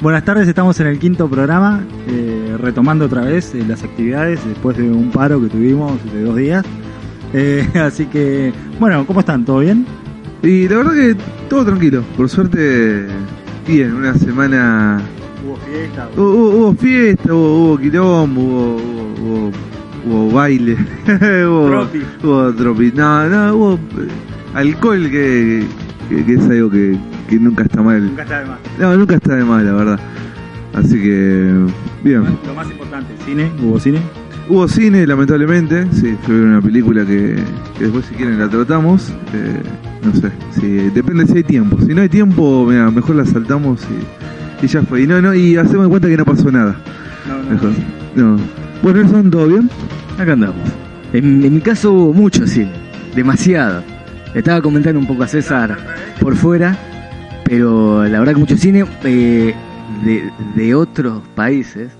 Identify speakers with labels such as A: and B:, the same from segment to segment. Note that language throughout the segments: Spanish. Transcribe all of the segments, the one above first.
A: Buenas tardes, estamos en el quinto programa, eh, retomando otra vez eh, las actividades después de un paro que tuvimos de dos días. Eh, así que, bueno, ¿cómo están? ¿Todo bien?
B: Y la verdad que todo tranquilo, por suerte, bien, una semana...
A: Hubo fiesta.
B: Hubo, hubo- hubo fiesta, hubo, hubo quilombo, hubo, hubo, hubo- hubo baile, hubo,
A: Tropi.
B: hubo tropi. No, no, hubo eh, alcohol que, que- que es algo que, que nunca está mal.
A: Nunca está de más.
B: No, nunca está de mal, la verdad. Así que, bien.
A: Lo más importante, cine, hubo cine.
B: Hubo cine, lamentablemente. Sí, fue una película que, que después, si quieren, la tratamos. Eh, no sé, sí, depende si hay tiempo. Si no hay tiempo, mirá, mejor la saltamos y, y ya fue. Y no, no, y hacemos de cuenta que no pasó nada.
A: No,
B: Mejor. No. Bueno, Nelson, ¿todo bien?
C: Acá andamos. En, en mi caso hubo mucho cine, demasiado. Le estaba comentando un poco a César por fuera, pero la verdad que mucho cine eh, de, de otros países.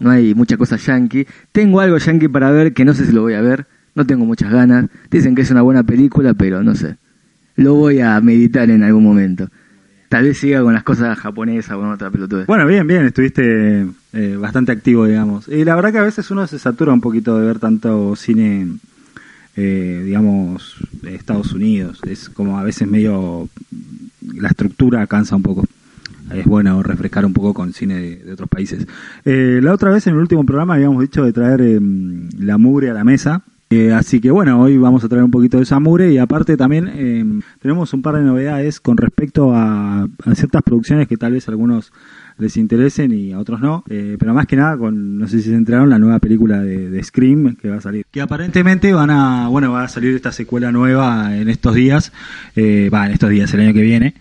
C: No hay mucha cosa yankee. Tengo algo yankee para ver que no sé si lo voy a ver. No tengo muchas ganas. Dicen que es una buena película, pero no sé. Lo voy a meditar en algún momento. Tal vez siga con las cosas japonesas o con otra pelotudez.
A: Bueno, bien, bien, estuviste eh, bastante activo, digamos. Y la verdad que a veces uno se satura un poquito de ver tanto cine, eh, digamos, de Estados Unidos. Es como a veces medio. La estructura cansa un poco. Es bueno refrescar un poco con cine de, de otros países. Eh, la otra vez en el último programa habíamos dicho de traer eh, la mugre a la mesa. Eh, así que bueno, hoy vamos a traer un poquito de esa mugre y aparte también eh, tenemos un par de novedades con respecto a, a ciertas producciones que tal vez a algunos les interesen y a otros no. Eh, pero más que nada con, no sé si se enteraron, la nueva película de, de Scream que va a salir. Que aparentemente van a, bueno, va a salir esta secuela nueva en estos días, eh, va, en estos días, el año que viene.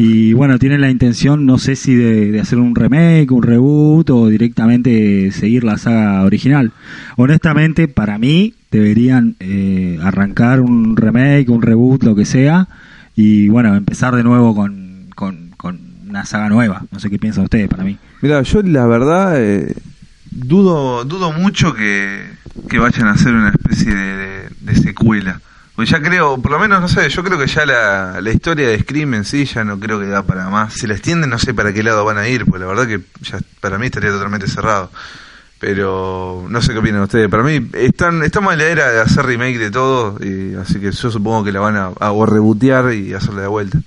A: Y bueno, tienen la intención, no sé si de, de hacer un remake, un reboot o directamente seguir la saga original. Honestamente, para mí deberían eh, arrancar un remake, un reboot, lo que sea, y bueno, empezar de nuevo con, con, con una saga nueva. No sé qué piensan ustedes, para mí.
B: Mira, yo la verdad eh, dudo dudo mucho que, que vayan a hacer una especie de, de- de secuela. Porque ya creo, por lo menos, no sé, yo creo que ya la, la historia de Scream en sí ya no creo que da para más. Si la extienden, no sé para qué lado van a ir, porque la verdad que ya para mí estaría totalmente cerrado. Pero no sé qué opinan ustedes. Para mí, están, estamos en la era de hacer remake de todo, y, así que yo supongo que la van a, a o rebotear y hacerla de vuelta.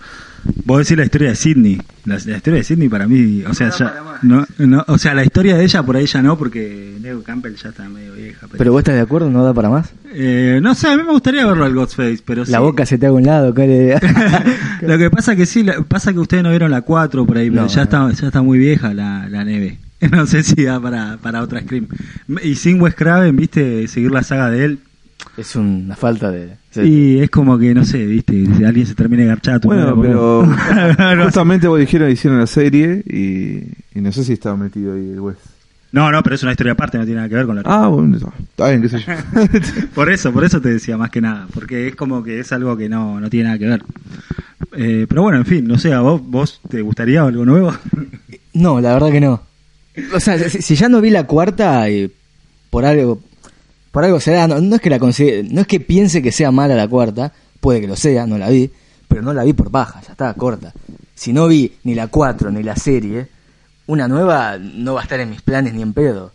A: Vos decís la historia de Sidney. La, la historia de Sidney para mí, o sea, ya, no, no, o sea, la historia de ella por ahí ya no, porque Neo Campbell ya está medio vieja.
C: ¿Pero vos estás de acuerdo? ¿No da para más?
A: Eh, no sé, a mí me gustaría verlo al Ghostface, pero
C: La
A: sí.
C: boca se te haga a un lado, cara.
A: Lo que pasa que sí, la- pasa que ustedes no vieron la 4 por ahí, pero
C: No,
A: ya,
C: no.
A: Está, ya está muy vieja la, la neve. No sé si da para, para otra Scream. Y sin Wes Craven, viste, seguir la saga de él.
C: Es una falta de...
A: Y es como que, no sé, viste, si alguien se termine garchato.
B: Bueno, pero
A: pero...
B: justamente vos dijeron hicieron la serie y, y no sé si estaba metido ahí el Wes.
A: no, no, pero es una historia aparte, no tiene nada que ver con la
B: Ah, bueno, no, está bien, qué sé yo. Eh,
A: Por eso, por eso te decía más que nada, porque es como que es algo que no, no tiene nada que ver. Eh, pero bueno, en fin, no sé, ¿a vos, vos te gustaría algo nuevo?
C: No, la verdad que no. O sea, si, si ya no vi la cuarta, eh, por algo por algo será, no, no es que la considere- no es que piense que sea mala la cuarta, puede que lo sea, no la vi, pero no la vi por paja, ya estaba corta. Si no vi ni la cuatro ni la serie, una nueva no va a estar en mis planes ni en pedo.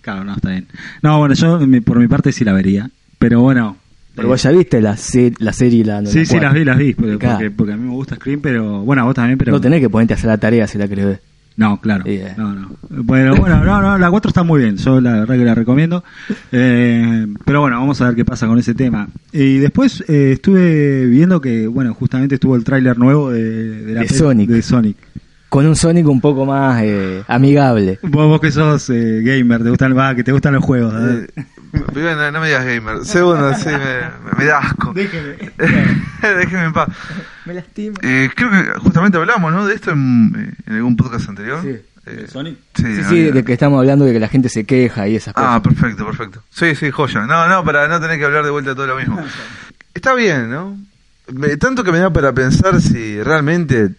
A: Claro, no, está bien. No, bueno, yo mi- por mi parte sí la vería, pero bueno.
C: Pero
A: eh,
C: vos ya viste la, se- la serie y la no, la
A: sí, sí,
C: cuarta.
A: las vi, las vi, porque,
C: Claro.
A: porque, porque a mí me gusta Scream, pero bueno, a vos también, pero...
C: No tenés que ponerte a hacer la tarea si la querés ver.
A: No, claro.
C: Sí, eh.
A: No, no. Bueno, bueno, no, no, la 4 está muy bien. Yo la verdad que la recomiendo. Eh, pero bueno, vamos a ver qué pasa con ese tema. Y después eh, estuve viendo que, bueno, justamente estuvo el tráiler nuevo de, la
C: De
A: peli-
C: Sonic.
A: de Sonic.
C: con un Sonic un poco más eh, amigable.
A: Vos, vos que sos eh, gamer, te gustan, va, que te gustan los juegos. ¿eh?
B: Primero, no, no me digas gamer. Segundo, sí, me, me da asco.
A: Déjeme.
B: Déjeme en paz.
C: Me lastima.
B: Eh, creo que justamente hablamos, ¿no? De esto en, eh, en algún podcast anterior.
C: Sí.
B: Eh,
A: Sonic?
B: Sí,
C: Sí,
B: no,
C: sí,
B: no.
C: de que estamos hablando de que la gente se queja y esas cosas.
B: Ah, perfecto, perfecto. Sí, sí, joya. No, no, para no tener que hablar de vuelta todo lo mismo. Está bien, ¿no? Me- tanto que me da para pensar si realmente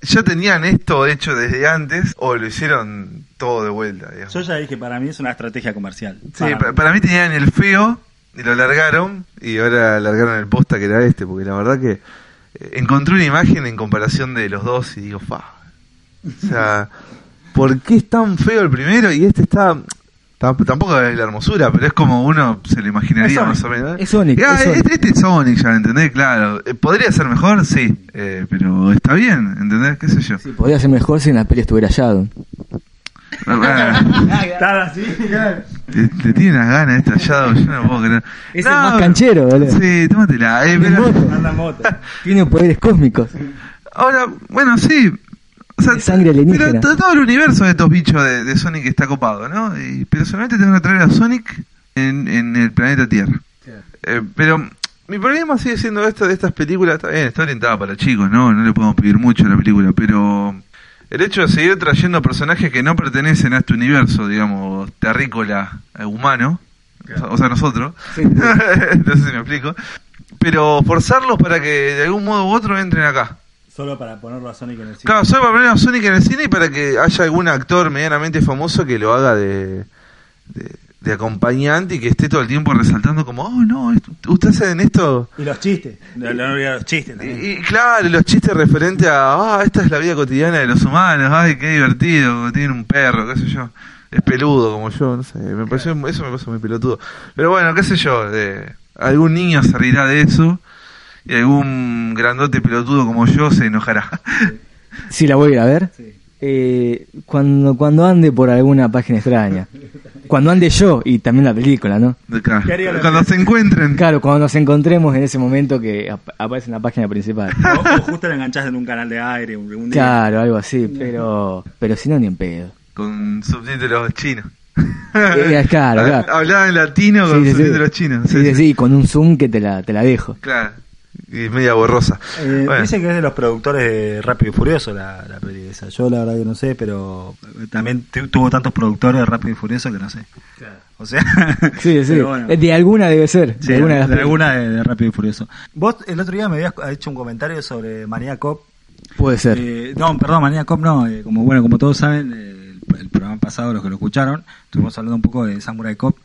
B: ya tenían esto hecho desde antes o lo hicieron todo de vuelta. digamos.
D: Yo ya dije, para mí es una estrategia comercial.
B: Sí, pa- para, mí tenían el feo y lo largaron y ahora largaron el posta que era este, porque la verdad que eh, encontré una imagen en comparación de los dos y digo, fa. O sea, ¿por qué es tan feo el primero y este está... tam- Tampoco es la hermosura, pero es como uno se lo
D: Es
B: imaginaría
D: Sonic,
B: más o menos.
C: es Sonic,
B: Ah,
C: es Sonic.
B: Este, este es Sonic, ya, ¿entendés? Claro. Eh, ¿Podría ser mejor? Sí. Eh, pero está bien, ¿entendés? ¿Qué sé yo?
C: Sí, podría ser mejor si en la peli estuviera Shadow.
D: Claro, sí, claro.
B: Te, te tiene unas ganas esta Shadow, yo no puedo creer.
C: Es
B: No,
C: el más canchero, boludo.
B: Sí, tómatela. Eh,
C: Tiene
B: pero-
C: moto,
D: Anda en moto.
C: tiene poderes cósmicos.
B: ahora, bueno, sí. O sea,
C: De sangre alienígena.
B: Pero to- todo el universo de estos bichos de, de Sonic está copado, ¿no? Y, pero solamente tengo que traer a Sonic en, en el planeta Tierra. Eh, pero mi problema sigue siendo esto de estas películas. Está bien, está orientada para chicos, ¿no? No le podemos pedir mucho a la película, pero. El hecho de seguir trayendo personajes que no pertenecen a este universo, digamos, terrícola eh, humano, o sea, nosotros,
C: Sí.
B: no sé si me explico, pero forzarlos para que de algún modo u otro entren acá.
D: Solo para ponerlo a Sonic en el cine.
B: Claro, solo para poner a Sonic en el cine y para que haya algún actor medianamente famoso que lo haga de, de, de acompañante y que esté todo el tiempo resaltando como, oh no, esto- ustedes hacen esto.
D: Y los chistes. No, no olvidar los chistes
B: Y,
D: también.
B: y claro, los chistes referentes a, ah, esta es la vida cotidiana de los humanos, ay, qué divertido, como tienen un perro, qué sé yo. Es peludo como yo, no sé, me pareció, eso me pasó muy pelotudo. Pero bueno, qué sé yo, eh, algún niño se reirá de eso y algún grandote pelotudo como yo se enojará.
C: Sí, la voy a ir a ver. Eh, cuando, cuando ande por alguna página extraña. Cuando ande yo y también la película, ¿no?
B: De acá.
D: ¿Qué haría la
B: Cuando se encuentren.
C: Claro, cuando nos encontremos en ese momento que ap- aparece en la página principal.
D: O, o justo lo enganchás en un canal de aire un, un día.
C: Claro, algo así, pero pero si no, ni en pedo.
B: Con subtítulos chinos.
C: Eh, claro,
B: Ha-
C: claro.
B: Hablaba en latino con subtítulos chinos.
C: Sí, sí, sí, con un zoom que te la, te la dejo.
B: Claro. Y media borrosa.
D: Eh,
B: Bueno.
D: Dicen que es de los productores de Rápido y Furioso la, la peli esa. Yo la verdad que no sé, pero también tu- tuvo tantos productores de Rápido y Furioso que no sé. O sea,
C: Sí, sí.
D: pero bueno.
C: De alguna debe ser.
D: Sí,
C: de alguna de las pelis.
D: de, de Rápido y Furioso. Vos el otro día me habías hecho un comentario sobre Manía Cop.
C: Puede ser.
D: Eh, no, perdón, Manía Cop no. eh, como bueno, como todos saben, eh, el, el programa pasado, los que lo escucharon, estuvimos hablando un poco de Samurai Cop.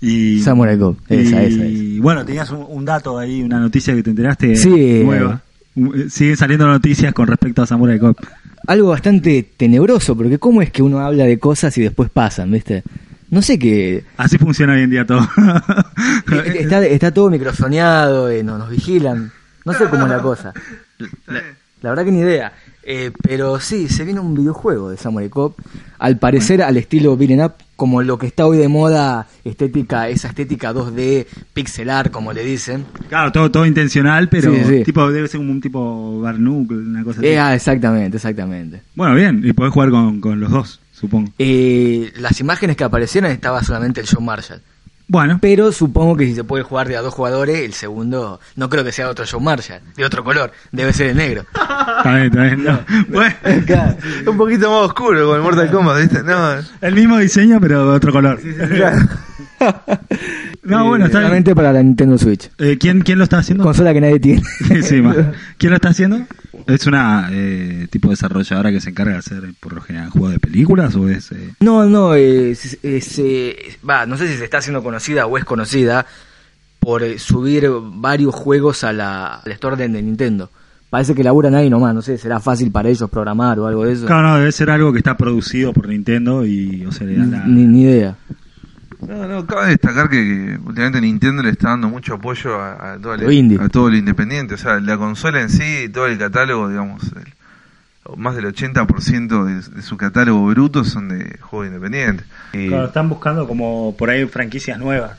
D: Y,
C: Samurai Cop, esa,
D: y,
C: esa, esa.
D: bueno, tenías un, un dato ahí, una noticia que te enteraste
C: Sí. eh.
D: nueva. Un- Siguen saliendo noticias con respecto a Samurai Cop.
C: Algo bastante tenebroso, porque ¿cómo es que uno habla de cosas y después pasan, viste? No sé qué. Eh,
D: Así funciona hoy en día todo.
A: Eh,
C: Está, está todo microfoneado, eh, no, nos vigilan. No sé cómo es la cosa. La, la verdad que ni idea. Eh, pero sí, se viene un videojuego de Samurai Cop. Al parecer, al estilo Beat'em Up, como lo que está hoy de moda, estética, esa estética 2D, pixelar, como le dicen.
A: Claro, todo, todo intencional, pero
C: Sí, sí.
A: tipo debe ser un, un tipo Barnook, una cosa así.
C: Eh, ah, exactamente, exactamente.
A: Bueno, bien, y podés jugar con, con los dos, supongo.
C: Eh, las imágenes que aparecieron estaba solamente el John Marshall.
A: Bueno,
C: Pero supongo que si se puede jugar de a dos jugadores, el segundo no creo que sea otro John Marshall, de otro color, debe ser el negro.
A: está bien, está bien. no. Bueno,
B: Un poquito más oscuro con el Mortal Kombat, ¿viste? No.
A: el mismo diseño, pero otro color. No, bueno, está bien.
C: Eh, Solamente para la Nintendo Switch.
A: Eh, ¿quién, ¿Quién lo está haciendo?
C: Consola que nadie tiene.
A: Sí, más. ¿Quién lo está haciendo? ¿Es una eh, tipo desarrolladora que se encarga de hacer eh, por lo general juegos de películas o es... eh,
C: No, no, es- es, eh, va, no sé si se está haciendo conocida o es conocida por eh, subir varios juegos a la, al store de de Nintendo. Parece que laburan ahí nomás, no sé, será fácil para ellos programar o algo de eso.
A: Claro, no, debe ser algo que está producido por Nintendo y, o sea, le dan la...
C: Ni, ni idea.
B: No, no, cabe destacar que, que últimamente Nintendo le está dando mucho apoyo a, a todo
C: Lo
B: el,
C: indie.
B: a todo lo independiente. O sea, la consola en sí, todo el catálogo, digamos, el- más del 80% de, de su catálogo bruto son de juegos independientes. Y-
D: están buscando como por ahí franquicias nuevas.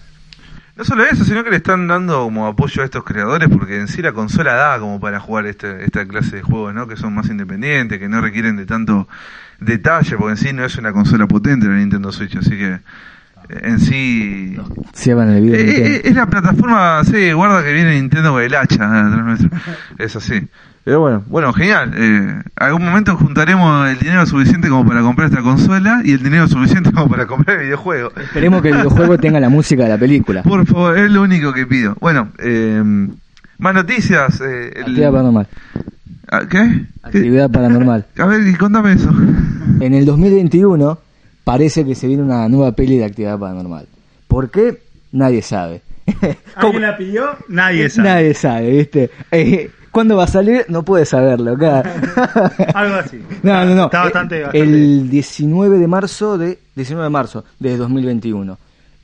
B: No solo eso, sino que le están dando como apoyo a estos creadores porque en sí la consola da como para jugar este- esta clase de juegos, ¿no? Que son más independientes, que no requieren de tanto detalle, porque en sí no es una consola potente la Nintendo Switch, así que eh, en sí...
C: Cierran el
B: Eh,
C: video. de
B: eh,
C: Nintendo.
B: eh, es la plataforma, sí, guarda que viene Nintendo con el hacha atrás nuestro. Es así. Pero bueno, bueno, genial. Eh, algún momento juntaremos el dinero suficiente como para comprar esta consola y el dinero suficiente como para comprar el videojuego.
C: Esperemos que el videojuego tenga la música de la película.
B: Por favor, es lo único que pido. Bueno, eh, más noticias. eh, el-
C: Actividad paranormal.
B: ¿Ah, ¿Qué? ¿Qué?
C: Actividad paranormal.
B: A ver, y contame eso.
C: En el 2021 parece que se viene una nueva peli de actividad paranormal. ¿Por qué? Nadie sabe.
E: ¿Alguien la pidió? Nadie sabe.
C: Nadie sabe, ¿viste? Eh, ¿Cuándo va a salir? No puede saberlo, claro.
E: Algo así.
C: No, no, no.
E: Está bastante,
C: Eh,
E: bastante-
C: El 19 de marzo de 19 de marzo de 2021.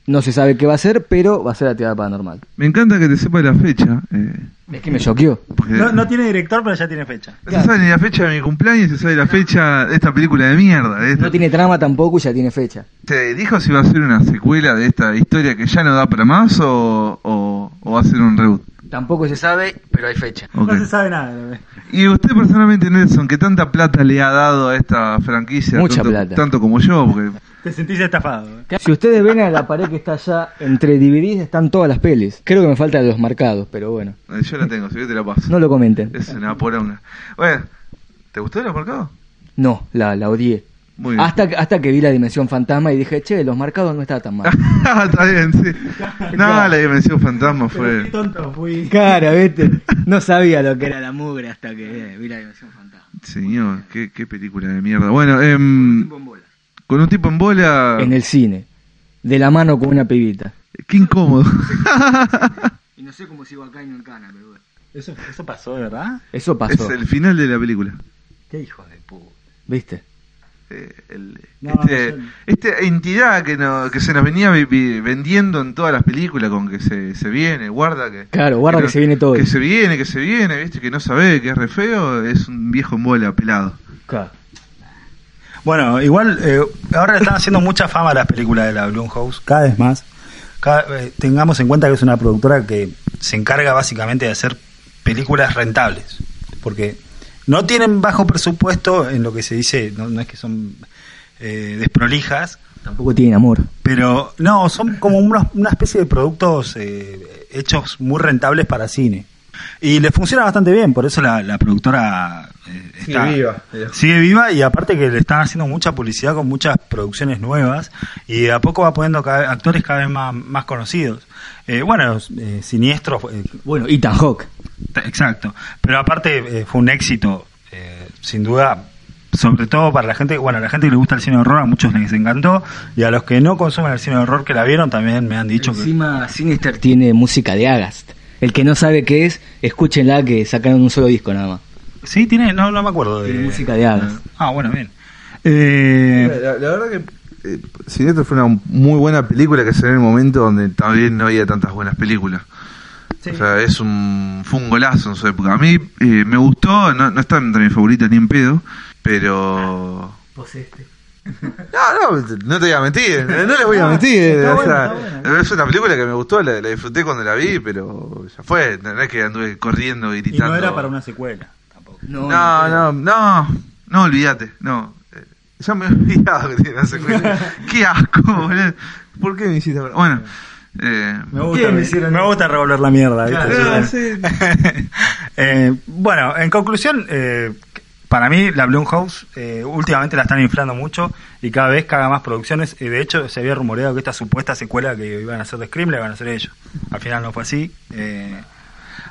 C: No se sabe qué va a ser, pero va a ser actividad paranormal.
B: Me encanta que te sepa la fecha. eh,
C: Es que me choqueó.
B: porque
E: No, no tiene director, pero ya tiene fecha.
B: se sabe ni la fecha de mi cumpleaños, se sabe la fecha de esta película de mierda. de esta-
C: No tiene trama tampoco y ya tiene fecha.
B: ¿Se dijo si va a ser una secuela de esta historia que ya no da para más o, o- o va a ser un reboot?
C: Tampoco se sabe, pero hay fecha.
B: Ok.
E: No se sabe nada.
B: Y usted personalmente, Nelson, que tanta plata le ha dado a esta franquicia,
C: Mucha
B: tanto,
C: plata.
B: tanto como yo, porque
E: Te sentís estafado. eh.
C: Si ustedes ven a la pared que está allá entre DVDs están todas las pelis. Creo que me faltan los marcados, pero bueno.
B: eh, yo la tengo, si yo te la paso.
C: No lo comenten.
B: Es una poronga. Bueno, ¿te gustó el mercado?
C: No, la, la odié.
B: Muy bien.
C: Hasta, que- hasta que vi la dimensión fantasma y dije, che, los marcados no está tan mal.
B: Está bien, sí. No, la dimensión fantasma
E: Pero qué
B: fue...
E: tonto fui.
C: Cara, vete. No sabía lo que era la mugre hasta que eh, vi la dimensión fantasma.
B: Señor, qué, qué película de mierda. Bueno, em, con un tipo en bola...
C: En el cine. De la mano con una pibita.
B: Qué incómodo.
C: Y no sé cómo sigo acá y no en Cana, pero bueno.
E: Eso, eso pasó, ¿verdad?
C: Eso
B: es
C: pasó.
B: el final de la película.
E: Qué hijo de puta.
C: ¿Viste?
B: eh, el-
E: No,
B: este-
E: no, yo-
B: esta entidad que, no- que se nos venía vi- vi- vendiendo en todas las películas con que se, se viene, guarda que...
C: Claro, guarda que
B: no-
C: se viene todo.
B: Que se viene, que se viene, viste, que no sabe, que es re feo, es un viejo en bola, pelado.
E: Bueno, igual eh, ahora le están haciendo mucha fama las películas de la Blumhouse, cada vez más. Cada- eh, tengamos en cuenta que es una productora que se encarga básicamente de hacer películas rentables, porque no tienen bajo presupuesto en lo que se dice, no, no es que son eh, desprolijas,
C: Tampoco tiene amor.
E: pero no, son como una, una especie de productos eh, hechos muy rentables para cine. Y les funciona bastante bien, por eso la, la productora eh, está, sigue viva y aparte que le están haciendo mucha publicidad con muchas producciones nuevas y de a poco va poniendo cada- actores cada vez más, más conocidos. Eh, bueno, eh, Siniestro, eh,
C: Bueno, Ethan Hawk.
E: Ta- Exacto. Pero aparte eh, fue un éxito, eh, sin duda, sobre todo para la gente, bueno, a la gente que le gusta el cine de horror, a muchos les encantó, y a los que no consumen el cine de horror que la vieron también me han dicho que...
C: Encima Sinister tiene música de Agast. El que no sabe qué es, escúchenla que sacaron un solo disco nada más.
E: Sí, tiene, no, no me acuerdo de...
C: Tiene música de hadas.
E: Ah, bueno, bien. Eh,
B: La, la verdad que eh, Siniestro fue una muy buena película que se ve en el momento donde también no había tantas buenas películas. O sea, es un, fue un golazo en su época. A mí eh, me gustó, no, no está entre mis favoritas ni en pedo, pero...
E: este.
B: No, no, no te voy a mentir, no le voy a mentir.
E: Ah, está
B: o
E: bueno,
B: sea,
E: está
B: Es una película que me gustó, la, la disfruté cuando la vi, pero ya fue, no es que anduve corriendo,
E: y
B: gritando.
E: no era para una secuela. tampoco.
B: No, no, no, no, olvídate, no. Eh, Ya me he olvidado que tiene una secuela. Qué asco, boludo. ¿Por qué me hiciste hablar? Bueno, eh,
E: Me gusta,
B: ¿qué me
E: me-
B: hicieron?
E: me gusta revolver la mierda. ¿viste?
B: Claro,
E: Sí. Eh, bueno, en conclusión, eh, para mí la Blumhouse eh, últimamente la están inflando mucho y cada vez caga más producciones. Y de hecho, se había rumoreado que esta supuesta secuela que iban a hacer de Scream la iban a hacer ellos. Al final no fue así. eh,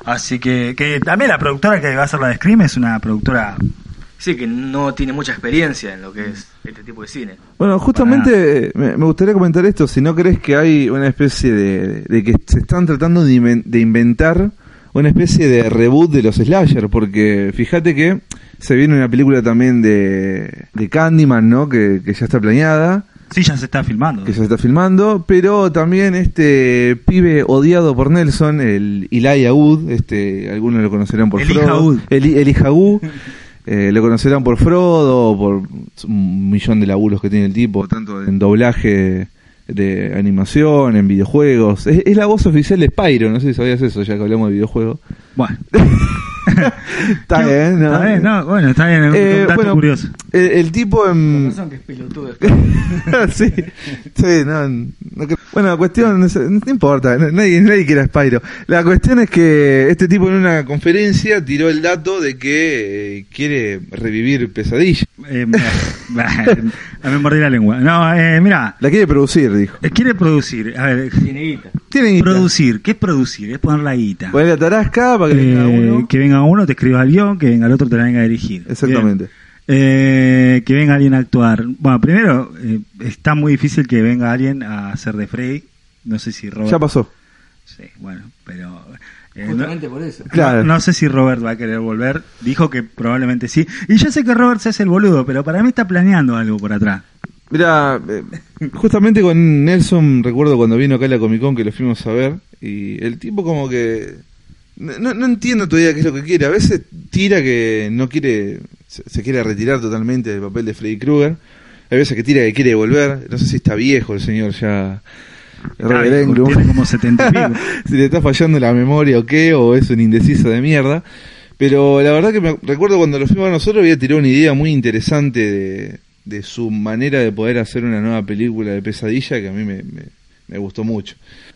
E: así que, que también la productora que va a hacer la de Scream es una productora
C: Sí, que no tiene mucha experiencia en lo que es este tipo de cine.
B: Bueno, justamente eh, me, me gustaría comentar esto, si no crees que hay una especie de, de que se están tratando de, inven- de inventar una especie de reboot de los slasher, porque fíjate que se viene una película también de, de Candyman, ¿no? Que, que ya está planeada,
E: Sí, ya se está
A: Mm.
E: filmando.
B: que ya se está filmando, pero también este pibe odiado por Nelson, el Elijah Wood, este, algunos lo conocerán por
E: Elijah
B: Frodo.
E: Wood.
B: Eli- Elijah Wood. Eh, lo conocerán por Frodo, por un millón de laburos que tiene el tipo, tanto en doblaje de animación, en videojuegos. Es, es la voz oficial de Spyro, no sé si sabías eso, ya que hablamos de videojuegos.
A: Bueno.
B: Está bien, ¿no?
A: Está bien, no, bueno, está bien, es un-
B: Eh,
A: un dato
B: bueno,
A: curioso.
B: El, el tipo en... sí, sí, no, no creo- Bueno, la cuestión, no, sé, no importa, na- nadie, nadie quiere a Spyro. La cuestión es que este tipo en una conferencia tiró el dato de que eh, quiere revivir Pesadilla.
A: Eh, me mordí la lengua. No, eh, mira,
B: La quiere producir, dijo.
A: quiere producir. A ver,
B: Tiene guita.
A: producir, ¿qué es producir? Es poner la guita.
B: Poner la tarasca para que le cada
A: Eh,
B: uno.
A: que venga uno, te escriba el guión, que venga el otro, te la venga a dirigir.
B: Exactamente.
A: Bien. Eh, que venga alguien a actuar. Bueno, primero, eh, está muy difícil que venga alguien a hacer de Freddy. No sé si Robert.
B: Ya pasó.
A: Sí, bueno, pero. eh,
F: Justamente
A: no-
F: por eso.
B: Claro.
A: No, no sé si Robert va a querer volver. Dijo que probablemente sí. Y ya sé que Robert se hace el boludo, pero para mí está planeando algo por atrás.
B: Mira, eh, justamente con Nelson recuerdo cuando vino acá a la Comic Con que lo fuimos a ver y el tipo como que no, no entiendo todavía qué es lo que quiere. A veces tira que no quiere, se, se quiere retirar totalmente del papel de Freddy Krueger. Hay veces que tira que quiere volver. No sé si está viejo el señor ya. reverendo.
A: Tiene como 70 y pico.
B: si le está fallando la memoria o qué, o es un indeciso de mierda. Pero la verdad que me recuerdo cuando lo fuimos a nosotros había tirado una idea muy interesante de, de su manera de poder hacer una nueva película de pesadilla que a mí me, me- me gustó mucho.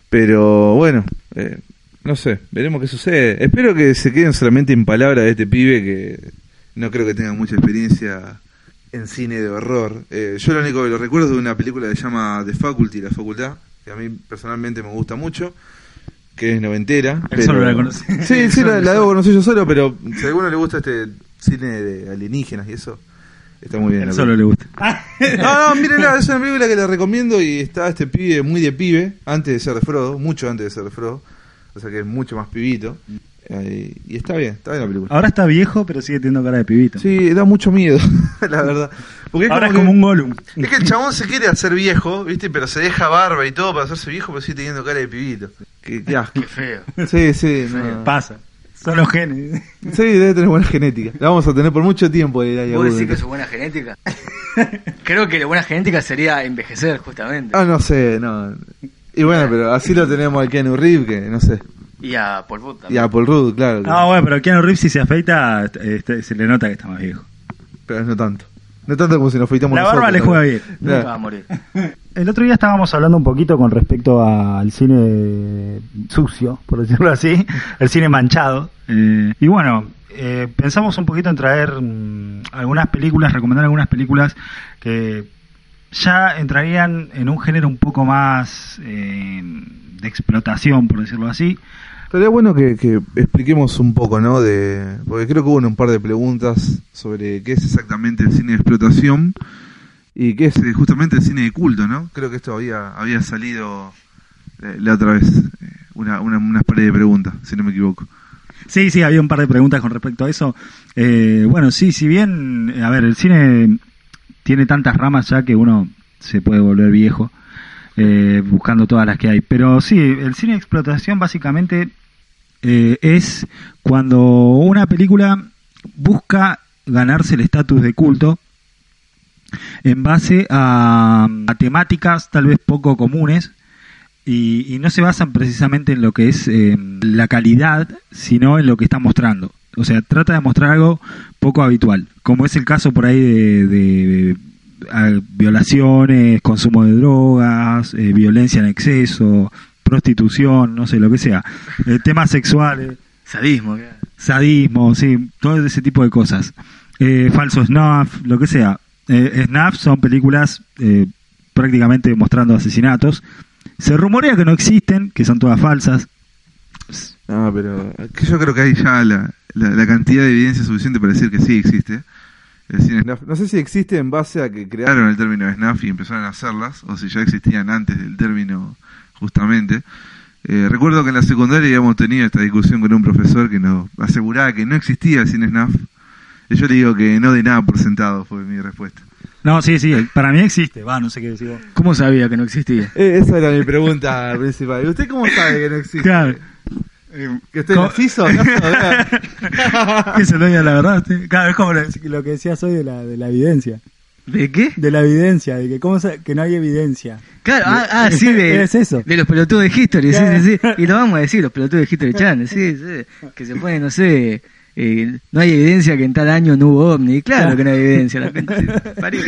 B: Pero bueno, eh, no sé, veremos qué sucede. Espero que se queden solamente en palabras de este pibe que no creo que tenga mucha experiencia en cine de horror. Eh, yo lo único que lo recuerdo es de una película que se llama The Faculty, La Facultad, que a mí personalmente me gusta mucho, que es noventera.
A: Él solo la conoce.
B: Sí,
A: Él
B: sí,
A: solo,
B: la,
A: él
B: la
A: solo.
B: debo conocer yo solo, pero si a alguno le gusta este cine de alienígenas y eso, está muy bien.
A: Él
B: la
A: Eh, solo le gusta.
B: no, no, mírenla, es una película que les recomiendo y está este pibe muy de pibe, antes de ser de Frodo, mucho antes de ser de Frodo, o sea que es mucho más pibito. Eh, y está bien, está bien la película.
A: Ahora está viejo, pero sigue teniendo cara de pibito.
B: Sí, da mucho miedo, la verdad. Porque
A: Ah. Ahora es
B: que-
A: como un Gollum.
B: Es que el chabón se quiere hacer viejo, ¿viste? Pero se deja barba y todo para hacerse viejo, pero sigue teniendo cara de pibito. Qué, qué asco.
F: Feo.
B: Sí, sí, no.
A: Pasa. Son los genes.
B: Sí, debe tener buena genética. La vamos a tener por mucho tiempo. el área
F: ¿Vos decís
B: Goodwin.
F: que es buena genética? Creo que la buena genética sería envejecer, justamente.
B: Ah, no sé, no. Y bueno, pero así lo tenemos al Keanu Reeves, que no sé.
F: Y a Polvot
B: Y
F: también.
B: a Paul Rudd, claro. que-
A: No, bueno, pero Keanu Reeves si se afeita, este, se le nota que está más viejo.
B: Pero no tanto. No tanto como si nos fuitamos
A: La barba le juega bien.
F: Nunca va a morir.
D: El otro día estábamos hablando un poquito con respecto al cine sucio, por decirlo así, el cine manchado.
A: Mm.
D: Eh, y bueno, eh, pensamos un poquito en traer mm, algunas películas, recomendar algunas películas que ya entrarían en un género un poco más eh, de explotación, por decirlo así.
B: Estaría bueno que, que expliquemos un poco, ¿no? De, porque creo que hubo un par de preguntas sobre qué es exactamente el cine de explotación y qué es eh, justamente el cine de culto, ¿no? Creo que esto había, había salido eh, la otra vez, eh, una, una, unas pares de preguntas, si no me equivoco.
A: Sí, sí, había un par de preguntas con respecto a eso. Eh, bueno, sí, si bien, eh, a ver, el cine tiene tantas ramas ya que uno se puede volver viejo eh, buscando todas las que hay. Pero sí, el cine de explotación básicamente eh, es cuando una película busca ganarse el estatus de culto en base a, a temáticas tal vez poco comunes y, y no se basan precisamente en lo que es eh, la calidad, sino en lo que está mostrando. O sea, trata de mostrar algo poco habitual, como es el caso por ahí de, de, ah, violaciones, consumo de drogas, eh, violencia en exceso, prostitución, no sé, lo que sea, Eh, temas sexuales
F: Sadismo, claro.
A: sadismo, sí, todo ese tipo de cosas. Eh, falso snuff, lo que sea. Eh, snuff son películas eh, prácticamente mostrando asesinatos. Se rumorea que no existen, que son todas falsas.
B: No, pero yo creo que hay ya la, la, la cantidad de evidencia suficiente para decir que sí existe. El cine snuff. No sé si existe en base a que crearon el término snuff y empezaron a hacerlas, o si ya existían antes del término justamente. Eh, recuerdo que en la secundaria habíamos tenido esta discusión con un profesor que nos aseguraba que no existía el cine snuff. Y yo le digo que no de nada por sentado, fue mi respuesta.
A: No, sí, sí, para mí existe. Va, no sé qué decir. vos.
F: ¿Cómo sabía que no existía?
B: Eh, esa era mi pregunta principal. ¿Y usted cómo sabe que no existe?
A: Claro,
B: ¿Que
A: usted ¿Cómo-
B: hizo?
A: que se lo diga la verdad. usted. Claro, es como lo-
D: Lo que decías hoy de la, de la evidencia.
C: ¿De qué?
E: De la evidencia, de que cómo se- que no hay evidencia.
C: Claro, ah, ah, sí, de,
E: Es eso.
C: de los pelotudos de History, sí,
E: Claro.
C: sí, sí. Y lo vamos a decir, los pelotudos de History Channel, sí, sí. Que se pone, no sé, eh, no hay evidencia que en tal año no hubo ovni. Claro que no hay evidencia, la gente se parió.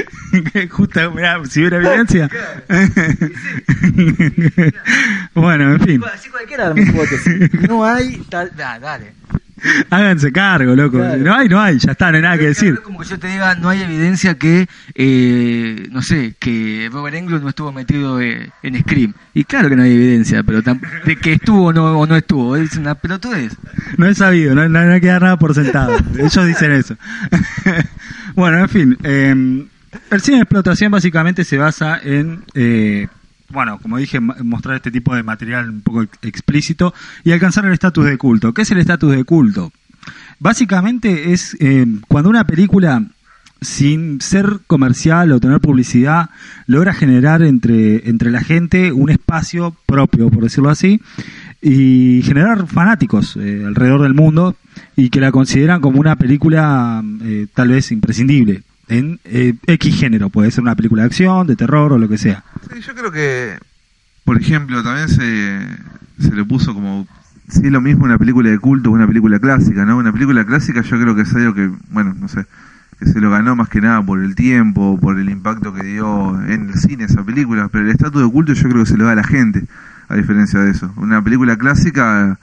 A: Justo, mirá, si hubiera evidencia. bueno, en fin.
G: Así cualquiera era mi hipótesis. No hay tal. Ah, dale.
A: Háganse cargo, loco.
G: Claro.
A: No hay, no hay, ya está, no hay nada que Ah, decir.
C: Como que yo te diga, no hay evidencia que, eh, no sé, que Robert Englund no estuvo metido eh, en Scream. Y claro que no hay evidencia, pero tam- de que estuvo o no, o no estuvo. Es una pelotudez.
A: No he sabido, no, no, no queda nada por sentado. Ellos dicen eso. bueno, en fin. eh, el cine de explotación básicamente se basa en, eh, bueno, como dije, ma- mostrar este tipo de material un poco ex- explícito y alcanzar el estatus de culto. ¿Qué es el estatus de culto? Básicamente es eh, cuando una película, sin ser comercial o tener publicidad, logra generar entre, entre la gente un espacio propio, por decirlo así, y generar fanáticos eh, alrededor del mundo y que la consideran como una película eh, tal vez imprescindible en eh, X género. Puede ser una película de acción, de terror o lo que sea.
H: Sí, yo creo que, por ejemplo, también se, se le puso como... Sí, es lo mismo una película de culto que una película clásica, ¿no? Una película clásica yo creo que es algo que, bueno, no sé, que se lo ganó más que nada por el tiempo, por el impacto que dio en el cine esa película, pero el estatus de culto yo creo que se lo da a la gente, a diferencia de eso. Una película clásica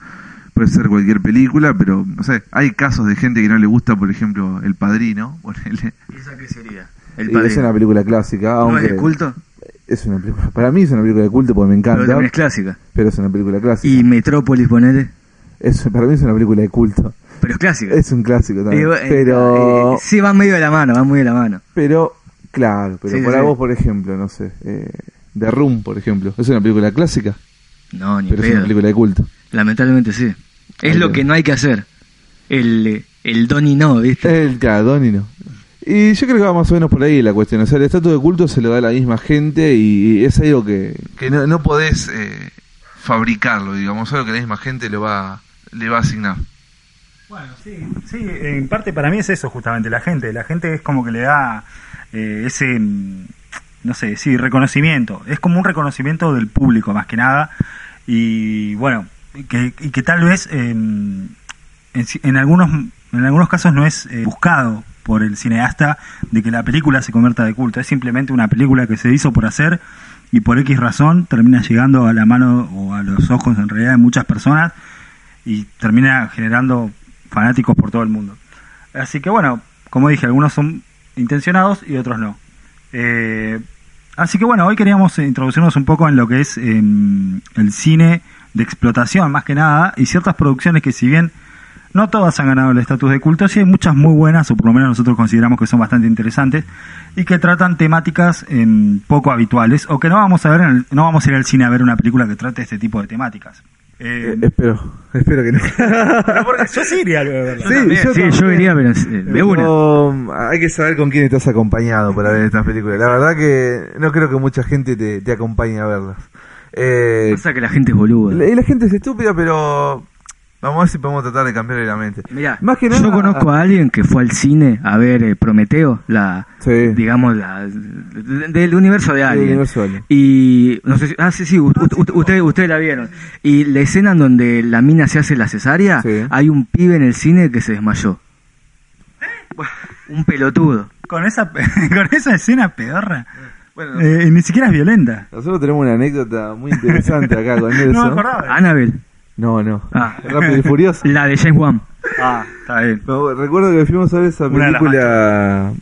H: puede ser cualquier película, pero, no sé, hay casos de gente que no le gusta, por ejemplo, El Padrino, ponele.
C: ¿Esa qué sería?
B: Y es una película clásica,
C: ¿No
B: aunque...
C: es de culto?
B: es una película- para mí es una película de culto porque me
C: Pero
B: encanta,
C: también es clásica.
B: pero es una película clásica.
C: Y Metrópolis, ponele.
B: Es- para mí es una película de culto.
C: Pero es clásica.
B: Es un clásico también.
C: Digo, eh,
B: pero...
C: eh, sí, va medio de la mano, va muy de la mano.
B: Pero, claro, pero
C: Sí,
B: para
C: sí.
B: vos, por ejemplo, no sé, eh, The Room, por ejemplo, es una película clásica,
C: No, ni
B: pero es una
C: pedo.
B: película de culto.
C: Lamentablemente sí. Es
B: Ahí
C: lo
B: va.
C: que no hay que hacer. El, eh, el don y no, ¿viste?
B: El cadónino. Y yo creo que va más o menos por ahí la cuestión. O sea, el estatus de culto se lo da a la misma gente y es algo que...
H: que no, no podés eh, fabricarlo, digamos, solo que la misma gente lo va, le va a asignar.
E: Bueno, sí, sí, en parte para mí es eso justamente, la gente, la gente es como que le da eh, ese, mm, no sé, sí, reconocimiento, es como un reconocimiento del público más que nada, y bueno, que, y que tal vez eh, en, ci- en algunos, en algunos casos no es eh, buscado por el cineasta de que la película se convierta de culto, es simplemente una película que se hizo por hacer y por X razón termina llegando a la mano o a los ojos en realidad de muchas personas y termina generando fanáticos por todo el mundo. Así que bueno, como dije, algunos son intencionados y otros no. Eh, así que bueno, hoy queríamos introducirnos un poco en lo que es eh, el cine de explotación más que nada y ciertas producciones que si bien no todas han ganado el estatus de culto, sí hay muchas muy buenas, o por lo menos nosotros consideramos que son bastante interesantes, y que tratan temáticas em, poco habituales, o que no vamos a ver, en el- no vamos a ir al cine a ver una película que trate este tipo de temáticas. Eh,
B: Eh, espero, espero que no.
E: pero porque yo sí iría a verla.
B: también, yo
C: sí, yo
B: también.
C: diría, pero eh, de una.
B: Um, hay que saber con quién estás acompañado para ver estas películas. La verdad que no creo que mucha gente te, te acompañe a verlas. Eh,
C: Pasa que la gente es boluda.
B: la, y la gente es estúpida, pero vamos a ver si podemos tratar de cambiarle la mente.
C: Mirá,
B: Más que
C: yo
B: nada-
C: conozco a alguien que fue al cine a ver eh, Prometeo, la,
B: Sí.
C: digamos, la, de- del universo de Alien.
B: universo de Alien.
C: Y, no sé si- ah, sí, sí, u- u- u- ustedes, ustedes la vieron. Y la escena en donde la mina se hace la cesárea,
B: Sí.
C: hay un pibe en el cine que se desmayó. Un pelotudo.
E: Con esa, con esa escena pedorra.
B: Bueno,
E: Eh, ni siquiera es violenta.
B: nosotros tenemos una anécdota muy interesante acá con Nelson.
E: No me acordaba.
C: Annabelle,
B: No, no.
C: Ah.
B: Rápido y Furioso.
C: la de James Wan.
E: Ah, está bien.
B: No, recuerdo que fuimos a ver esa
E: Una de las
B: película.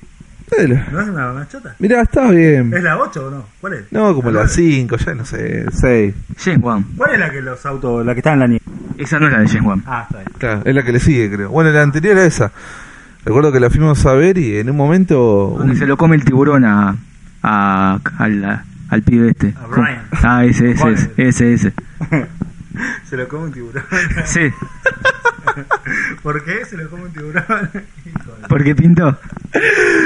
B: Eh, la-
E: ¿No es una machota?
B: Mirá, está bien.
E: ¿Es la 8 o no? ¿Cuál es?
B: No, como las 5, ya no sé, 6.
C: James Wan.
E: ¿Cuál es la que los autos, la que está en la nieve?
C: Esa no es la de James Wan.
E: Ah, está bien.
B: Claro, es la que le sigue, creo. Bueno, la anterior a esa. Recuerdo que la fuimos a ver y en un momento.
C: Donde se lo come el tiburón a, a- al, al pibe este.
E: A Brian.
C: Ah, ese, ese,
E: Brian.
C: ese, ese, ese.
E: Se lo come un tiburón.
C: Sí,
E: ¿Por qué se lo come un tiburón?
C: porque pintó.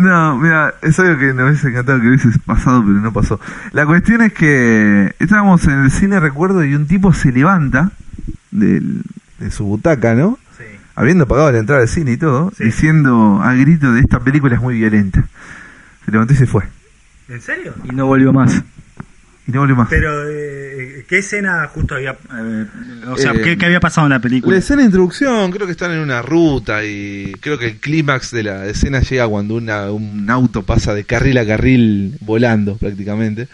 H: No, mira, es algo que nos hubiese encantado que hubiese pasado, pero no pasó. La cuestión es que estábamos en el cine, recuerdo, y un tipo se levanta del,
B: de su butaca, ¿no?
E: sí.
B: Habiendo pagado la entrada al cine y todo,
E: Sí.
H: diciendo a grito de esta película es muy violenta.
B: Se levantó y se fue.
E: ¿En serio?
C: Y no volvió más.
B: Y no volvió más.
E: Pero, eh, ¿qué escena justo había. eh, o sea,
I: Eh,
E: ¿qué, qué había pasado en la
I: La
E: película?
I: escena de introducción, creo que están en una ruta y creo que el clímax de la escena llega cuando una- un auto pasa de carril a carril volando prácticamente.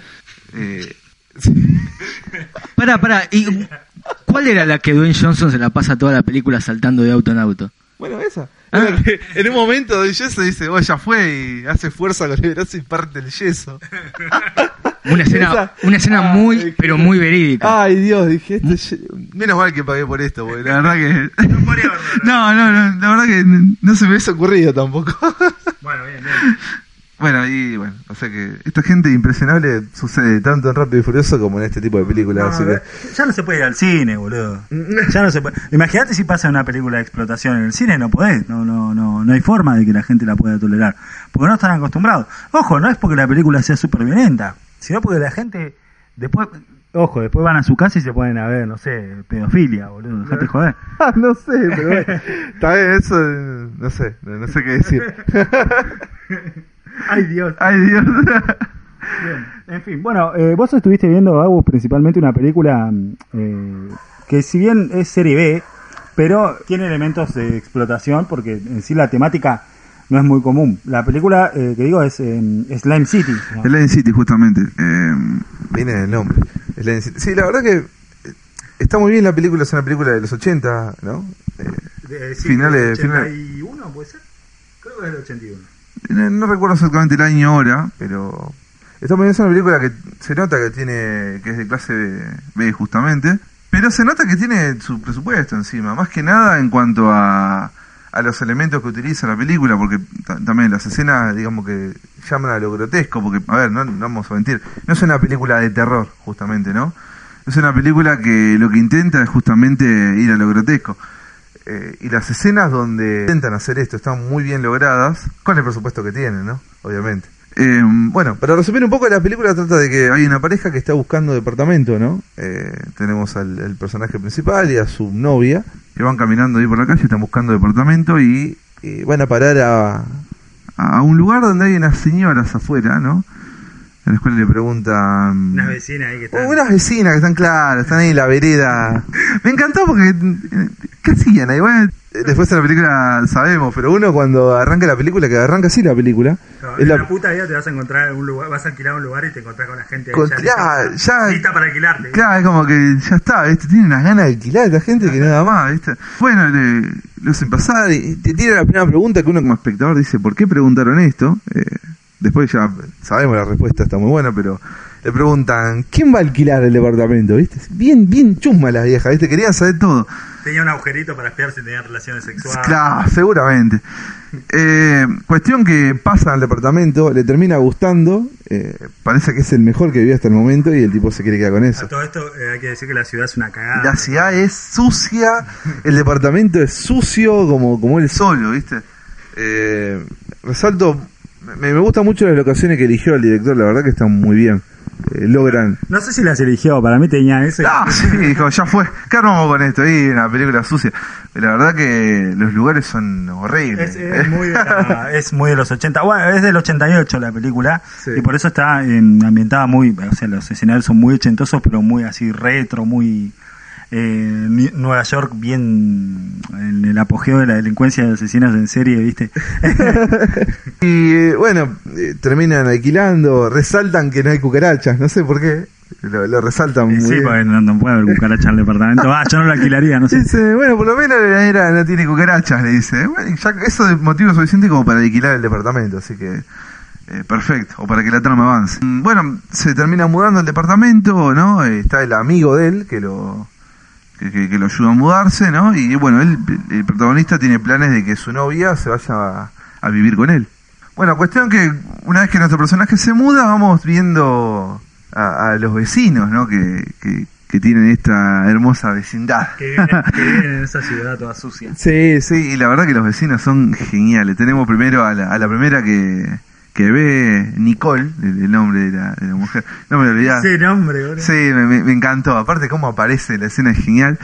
I: Eh,
C: Pará, pará. ¿Y cuál era la que Dwayne Johnson se la pasa toda la película saltando de auto en auto?
B: Bueno, esa.
C: Ah.
B: Bueno, que en un momento Don Yeso dice, oh, ya fue y hace fuerza con el brazo y parte el yeso.
C: Una escena,
B: Esa-
C: una escena
B: Ah,
C: muy,
B: eh,
C: pero muy verídica.
B: Ay, Dios, dije, este ye- menos mal que pagué por esto, porque la verdad que... No, no, no, la verdad que n- no se me hubiese ocurrido tampoco.
E: Bueno, bien, bien.
B: bueno, y bueno, o sea que esta gente impresionable sucede tanto en Rápido y Furioso como en este tipo de películas. así que...
E: Ah, ya no se puede ir al cine, boludo. Ya no se puede. Imagínate si pasa una película de explotación en el cine, no podés. No, no, no, no hay forma de que la gente la pueda tolerar. Porque no están acostumbrados. Ojo, no es porque la película sea súper violenta, sino porque la gente después. Ojo, después van a su casa y se ponen a ver, no sé, pedofilia, boludo. Dejate joder.
B: Ah, no sé, pero bueno, está bien, eso, eh, no sé, no no sé qué decir.
E: Ay, Dios.
B: Ay, Dios.
E: En fin, bueno, eh, vos estuviste viendo, Agus, principalmente una película mm, eh, que si bien es serie B, pero tiene elementos de explotación porque en sí la temática no es muy común. La película eh, que digo es em, Slime City. ¿no?
B: Slime City, justamente. Eh, viene del nombre. Slime City. Sí, la verdad que eh, está muy bien la película, es una película de los 80, ¿no? Eh, sí, finales- del
E: 81 puede ser? Creo que es el 81.
B: no, Eh, no recuerdo exactamente el año ahora, pero está muy bien, es una película que se nota que tiene que es de clase B, B, justamente, pero se nota que tiene su presupuesto encima, más que nada en cuanto a a los elementos que utiliza la película, porque ta- también las escenas, digamos que llaman a lo grotesco, porque, a ver, no, no vamos a mentir, no es una película de terror, justamente, ¿no? Es una película que lo que intenta es justamente ir a lo grotesco. Eh, y las escenas donde intentan hacer esto están muy bien logradas, con el presupuesto que tienen, ¿no? Obviamente. Eh, bueno, para resumir un poco, la película trata de que hay una pareja que está buscando departamento, ¿no? Eh, tenemos al, al personaje principal y a su novia, que van caminando ahí por la calle, están buscando departamento y eh, van a parar a, a un lugar donde hay unas señoras afuera, ¿no? En las cuales le preguntan...
E: vecina ahí que
B: Oh, unas vecinas que están claras, están ahí en la vereda. Me encantó porque. eh, ¿Qué hacían ahí? Bueno, eh, después de la película sabemos, pero uno cuando arranca la película, que arranca así la película. es la-
E: puta vida te vas a encontrar en un lugar, vas a alquilar un lugar y te encontrás con la gente
B: Con- ya lista- ya- ya- lista
E: para alquilarte.
B: Claro, es como que ya está, ¿viste? Tiene unas ganas de alquilar a esta gente que nada más, ¿viste? Bueno, le, lo hacen pasar y te tiran la primera pregunta que uno como espectador dice, ¿por qué preguntaron esto? Eh, después ya sabemos la respuesta, está muy buena, pero le preguntan, ¿quién va a alquilar el departamento? ¿Viste? Bien, bien chusma la vieja, ¿viste? Querían saber todo.
E: Tenía un agujerito para espiar si tenía relaciones
B: Claro, seguramente. Eh, cuestión que pasa al departamento, le termina gustando, eh, parece que es el mejor que vivió hasta el momento y el tipo se quiere quedar con eso.
E: A todo esto eh, hay que decir que la ciudad es una cagada.
B: La ciudad es sucia, el departamento es sucio como, como él solo, ¿viste? Eh, resalto, me, me gustan mucho las locaciones que eligió el director, la verdad que están muy bien. Eh, logran
E: No sé si las eligió, para mí tenía ese.
B: Ah, sí, dijo, ya fue. ¿Qué armamos con esto? Y una película sucia. La verdad que los lugares son horribles.
E: Es, es muy de la- es muy de los 80. Bueno, es del 88 la película.
B: Sí.
E: Y por eso está en- ambientada muy. O sea, los escenarios son muy ochentosos, pero muy así retro, muy. eh, Ni- Nueva York, bien. En el apogeo de la delincuencia de asesinos en serie, ¿viste?
B: Y eh, bueno, eh, terminan alquilando, resaltan que no hay cucarachas, no sé por qué. Lo, lo resaltan muy
E: sí,
B: bien.
E: porque no, no puede haber cucaracha en el departamento. Ah, yo no lo alquilaría, no sé.
B: Dice, bueno, por lo menos la era no tiene cucarachas, le dice. Bueno, ya eso es motivo suficiente como para alquilar el departamento, así que eh, perfecto, o para que la trama avance. Mm, Bueno, se termina mudando el departamento, ¿no? Eh, Está el amigo de él que lo que, que- que lo ayuda a mudarse, ¿no? Y bueno, él, el protagonista tiene planes de que su novia se vaya a, a vivir con él. Bueno, cuestión que una vez que nuestro personaje se muda, vamos viendo a, a los vecinos, ¿no? Que, que, que tienen esta hermosa vecindad.
E: en esa ciudad toda sucia.
B: Sí, sí, y la verdad que los vecinos son geniales. Tenemos primero a la, a la primera que, que ve Nicole, el, el nombre de la, de la mujer. No me lo olvidaba.
E: Ese nombre, boludo.
B: Sí, me, me- me encantó. Aparte, cómo aparece la escena es genial.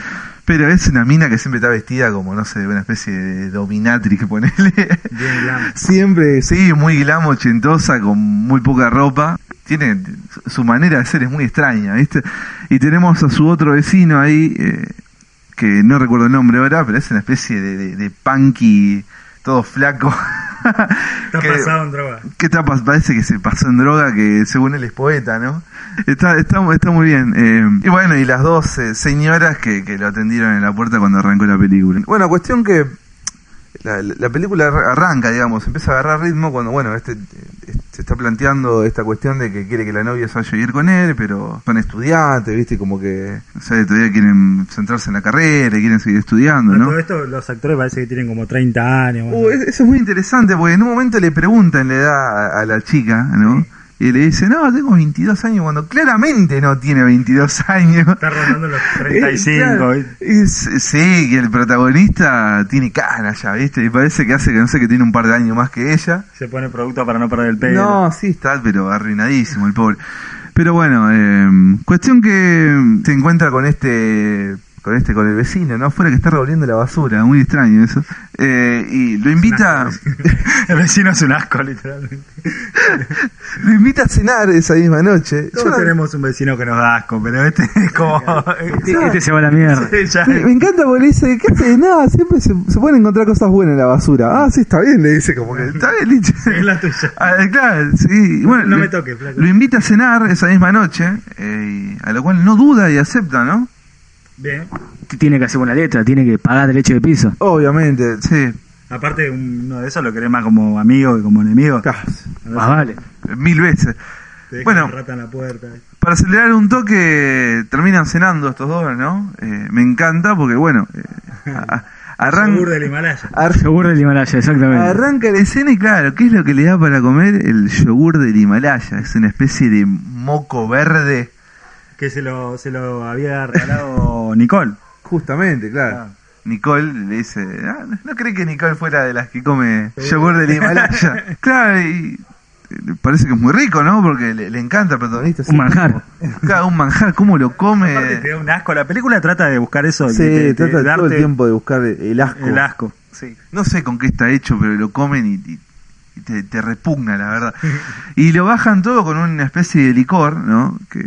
B: Pero es una mina que siempre está vestida como, no sé, una especie de dominatrix, ponele.
E: Bien glam.
B: Siempre, sí, muy glam, ochentosa, con muy poca ropa. Tiene su- su manera de ser es muy extraña, ¿viste? Y tenemos a su otro vecino ahí, eh, que no recuerdo el nombre ahora, pero es una especie de, de, de punky, todo flaco.
E: Está
B: que-
E: pasado en droga.
B: ¿Qué está pas- Parece que se pasó en droga, que según él es poeta, ¿no? Está, está, está muy bien. eh, y bueno, y las dos eh, señoras que, que lo atendieron en la puerta cuando arrancó la película. Bueno, cuestión que la, la película ar- arranca, digamos, empieza a agarrar ritmo cuando, bueno, este, eh, se está planteando esta cuestión de que quiere que la novia se vaya a ir con él, pero son estudiantes, ¿viste? Como que, o sea, todavía quieren centrarse en la carrera y quieren seguir estudiando,
E: A
B: ¿no?
E: Todo esto, los actores parece que tienen como 30 años.
B: Uh, es- eso es muy interesante, porque en un momento le preguntan la edad a, a la chica, ¿no? Y le dice, no, tengo 22 años, cuando claramente no tiene 22 años.
E: Está rondando los 35.
J: 35,
B: Eh, claro. Es- sí, y el protagonista tiene canas ya, ¿viste? Y parece que hace que no sé que tiene un par de años más que ella.
J: Se pone producto para no perder el pelo.
B: No, sí está, pero arruinadísimo el pobre. Pero bueno, eh, cuestión que se encuentra con este con este con el vecino, ¿no? Afuera que está revolviendo la basura, muy extraño eso. Eh, y lo invita
J: El vecino es un asco, literalmente.
B: lo invita a cenar esa misma noche. Yo
E: Todos
B: no-
E: tenemos un vecino que nos da asco, pero este es como.
J: Este,
B: Ah.
J: este se va a la mierda.
E: ya-
B: me, me encanta porque le dice, ¿qué hace? Nada, siempre se, se pueden encontrar cosas buenas en la basura. Ah, sí, está bien, le dice como que está bien, Licha.
E: Es la tuya.
B: Ah, claro, sí. Bueno,
E: No
B: lo-
E: me toques, flaco.
B: Lo invita a cenar esa misma noche, eh, y- a lo cual no duda y acepta, ¿no?
E: Bien.
C: Tiene que hacer una letra, tiene que pagar derecho de piso.
B: Obviamente, sí.
J: Aparte, uno de esos lo querés más como amigo que como enemigo.
B: Ah,
C: Más vale.
B: Mil veces.
E: Te dejan
B: Bueno.
E: el rata en la puerta.
B: Para acelerar un toque, terminan cenando estos dos, ¿no? Eh, me encanta porque, bueno, eh, a- a- arran-
E: Yogur del Himalaya.
B: ar-
C: Seguro del Himalaya, exactamente.
B: Arranca la escena y claro, ¿qué es lo que le da para comer? El yogur del Himalaya. Es una especie de moco verde.
E: Que se lo, se lo había regalado.
J: O Nicole.
B: Justamente, claro.
J: Ah.
B: Nicole le dice, "Ah, no cree que Nicole fuera de las que come yogur del Himalaya. claro, y eh, parece que es muy rico, ¿no? Porque le, le encanta al protagonista.
C: Un manjar.
B: Claro, un manjar, ¿cómo lo
J: Aparte, te
B: come?
J: da un asco. La película trata de buscar eso.
B: Sí,
J: de- de- de
B: trata todo el
J: darte
B: tiempo de buscar el asco.
J: El asco. Sí.
B: No sé con qué está hecho, pero lo comen y, y- y te, te repugna, la verdad. Y lo bajan todo con una especie de licor, ¿no? Que,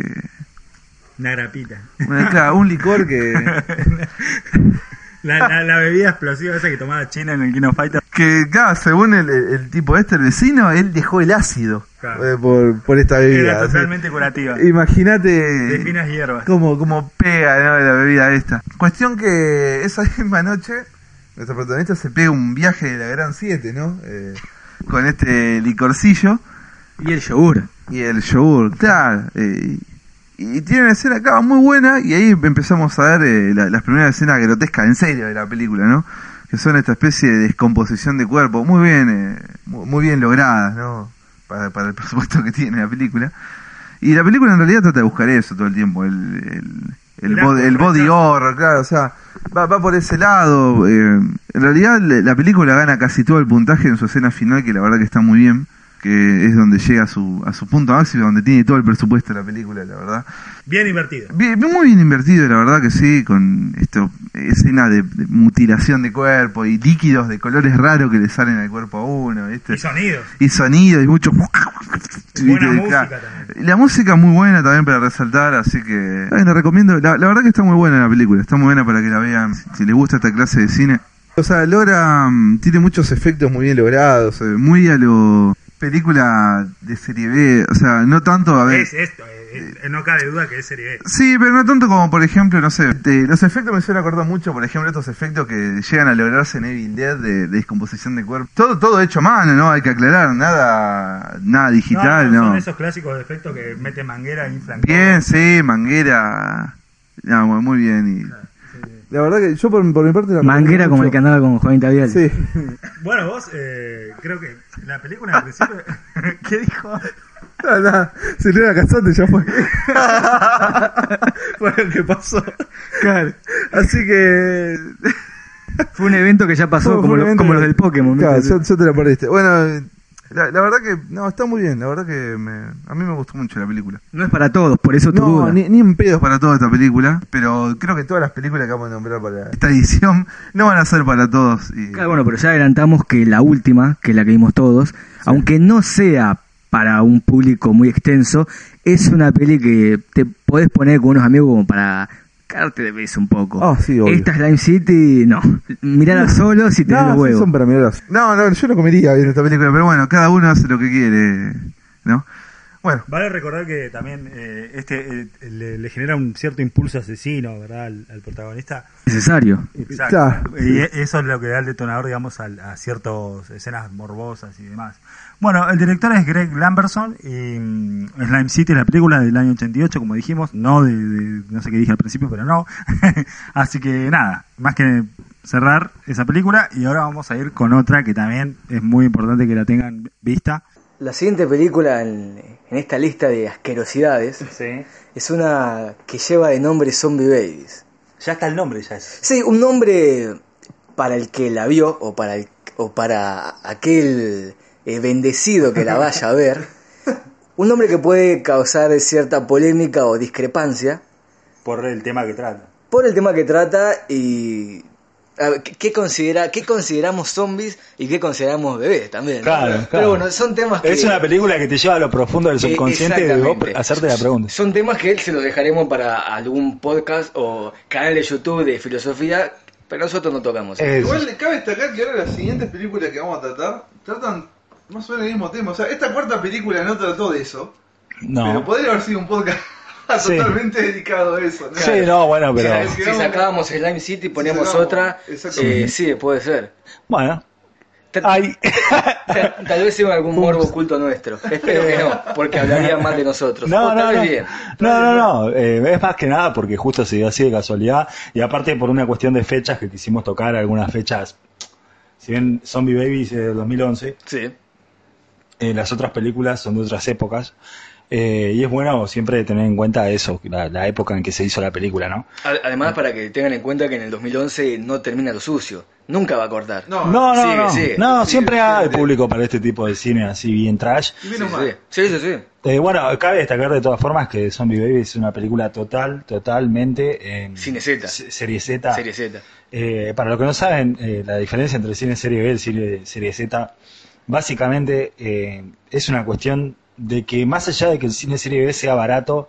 E: Una grapita.
B: bueno, claro, un licor que,
E: La, la, la bebida explosiva esa que tomaba China en el Kino Fighter.
B: que claro, según el, el- el tipo este, el vecino, él dejó el ácido
E: Claro.
B: eh, por, por esta
E: Era
B: bebida.
E: totalmente curativa. De
B: Imagínate
E: finas hierbas.
B: cómo, cómo pega ¿no? la bebida esta. Cuestión que esa misma noche, nuestro protagonista se pega un viaje de la Gran 7, ¿no? Eh, con este licorcillo.
C: Y el yogur.
B: Y el yogur, claro. eh, y tiene una escena acá muy buena y ahí empezamos a ver eh, la- las primeras escenas grotescas en serio de la película, ¿no? Que son esta especie de descomposición de cuerpo, muy bien, eh, mu- muy bien logradas, ¿no? Para, para el presupuesto que tiene la película. Y la película en realidad trata de buscar eso todo el tiempo, el, el, el,
E: El
B: bod-
E: asco,
B: el body
E: rechazo.
B: horror, claro, o sea, va, va por ese lado. eh, en realidad le- la película gana casi todo el puntaje en su escena final, que la verdad que está muy bien, que es donde llega a su, a su punto máximo, donde tiene todo el presupuesto de la película, la verdad.
E: Bien invertido.
B: Bien- muy bien invertido, la verdad que sí, con esto, escena de, de mutilación de cuerpo y líquidos de colores raros que le salen al cuerpo a uno, ¿viste?
E: Y sonidos.
B: y sonido y mucho
E: Buena
B: ¿viste?
E: música
B: Claro.
E: también.
B: la música muy buena también para resaltar así que Ay, la recomiendo la, la verdad que está muy buena la película está muy buena para que la vean si, si les gusta esta clase de cine o sea logra mm, tiene muchos efectos muy bien logrados eh, muy a lo película de serie B o sea no tanto a ver
E: Es esto. es- es- no cabe duda que es serie B.
B: Sí, pero no tanto como, por ejemplo, no sé, de- los efectos me suelen acordar mucho, por ejemplo, estos efectos que llegan a lograrse en Evil Dead de, de descomposición de cuerpo. Todo todo hecho a mano, ¿no? Hay que aclarar, nada nada digital, ¿no?
E: Son esos clásicos de efectos que mete manguera e inflan.
B: Bien, sí, manguera. No, mu- muy bien. Y... La verdad que yo por, mi parte...
C: Manguera como el que andaba con Juanita Vial.
E: Bueno, vos, eh, creo que la película al principio. ¿Qué dijo?
B: se le era casante, ya fue. bueno, ¿qué pasó? Claro. Así que...
C: Fue un evento que ya pasó,
B: Fue-
C: como,
B: fue un
C: lo-
B: evento
C: como
B: que-
C: los del Pokémon.
B: Claro,
C: ¿viste?
B: yo, yo te la perdiste. Bueno, la, la verdad que, no, está muy bien. La verdad que me- a mí me gustó mucho la película.
C: No es para todos, por eso tu
B: No,
C: duda.
B: ni, ni en pedos para toda esta película, pero creo que todas las películas que vamos a nombrar para esta edición no van a ser para todos. Y,
C: Claro, bueno, pero ya adelantamos que la última, que es la que vimos todos, aunque no sea para un público muy extenso, es una peli que te podés poner con unos amigos como para cagarte de peso un poco.
K: Ah, sí, obvio.
C: Esta Slime City, no. Mirala solo si
B: Ah,
C: tenés
K: No,
C: los
K: sí,
C: huevos.
K: son para mirarlas.
B: No, no, yo no comería en esta película, pero bueno, cada uno hace lo que quiere, ¿no? Bueno,
E: Vale recordar que también eh, este eh, le, le genera un cierto impulso asesino, ¿verdad? Al, al protagonista.
C: Necesario.
K: Claro.
E: Y e- eso es lo que da el detonador, digamos, al- a, ciertas escenas morbosas y demás. Bueno, el director es Greg Lamberson y mm, Slime City, la película del año 88, como dijimos, no de, de- no sé qué dije al principio, pero no. Así que nada, más que cerrar esa película y ahora vamos a ir con otra que también es muy importante que la tengan vista.
L: La siguiente película en, en esta lista de asquerosidades
E: Sí.
L: es una que lleva de nombre Zombie Babies.
E: Ya está el nombre, ya es.
L: Sí, un nombre para el que la vio o para, el- o para aquel eh, bendecido que la vaya a ver. Un nombre que puede causar cierta polémica o discrepancia
E: Por el tema que trata.
L: por el tema que trata y... a ver, ¿qué- ¿qué, considera, ¿Qué consideramos zombies y qué consideramos bebés también? ¿no?
E: Claro, claro.
L: Pero bueno, son temas que... Eh,
E: Es una película que te lleva a lo profundo del subconsciente de vos
L: Exactamente.
E: hacerte la pregunta.
L: Son temas que se los dejaremos para algún podcast o canal de YouTube de filosofía, pero nosotros no tocamos.
B: igual le cabe destacar que ahora las siguientes películas que vamos a tratar tratan más o menos el mismo tema. O sea, esta cuarta película no trató de eso, pero
E: No.
B: podría haber sido un podcast
E: Sí.
B: totalmente dedicado a eso. ¿no?
E: Sí, no, bueno,
L: Si
E: pero.
L: sa- si sacábamos Slime City y poníamos
B: sacábamos,
L: otra,
B: exactamente.
L: eh, sí, puede ser.
E: Bueno.
L: Ta-
E: Ay.
L: ta- Tal vez sea algún morbo oculto nuestro. Espero que no, porque hablarían más de nosotros.
E: No,
L: O
E: no,
L: tal vez
E: no.
L: bien.
E: No, no, no. Eh, es más que nada porque justo se dio así de casualidad. Y aparte por una cuestión de fechas que quisimos tocar algunas fechas. Si bien Zombie Babies es del 2011,
L: Sí.
E: eh, las otras películas son de otras épocas. Eh, y es bueno siempre tener en cuenta eso, la, la época en que se hizo la película, ¿no?
L: A- Además, para que tengan en cuenta que en el 2011 no termina lo sucio. Nunca va a cortar.
B: No,
E: No, no,
L: Ah, sigue,
E: no.
L: sigue,
E: no,
B: sigue,
E: siempre
B: sigue,
E: hay
B: sigue.
E: público para este tipo de cine así bien trash.
B: Y
L: Sí,
B: menos
L: sí,
B: mal.
L: sí. Sí, sí, sí.
E: Eh, bueno, cabe destacar de todas formas que Zombie Baby es una película total, totalmente... en
L: Cine Z.
E: se- Serie Z.
L: Serie Z.
E: Eh, para los que no saben, eh, la diferencia entre cine serie B y cine serie Z, básicamente eh, es una cuestión de que más allá de que el cine serie B sea barato,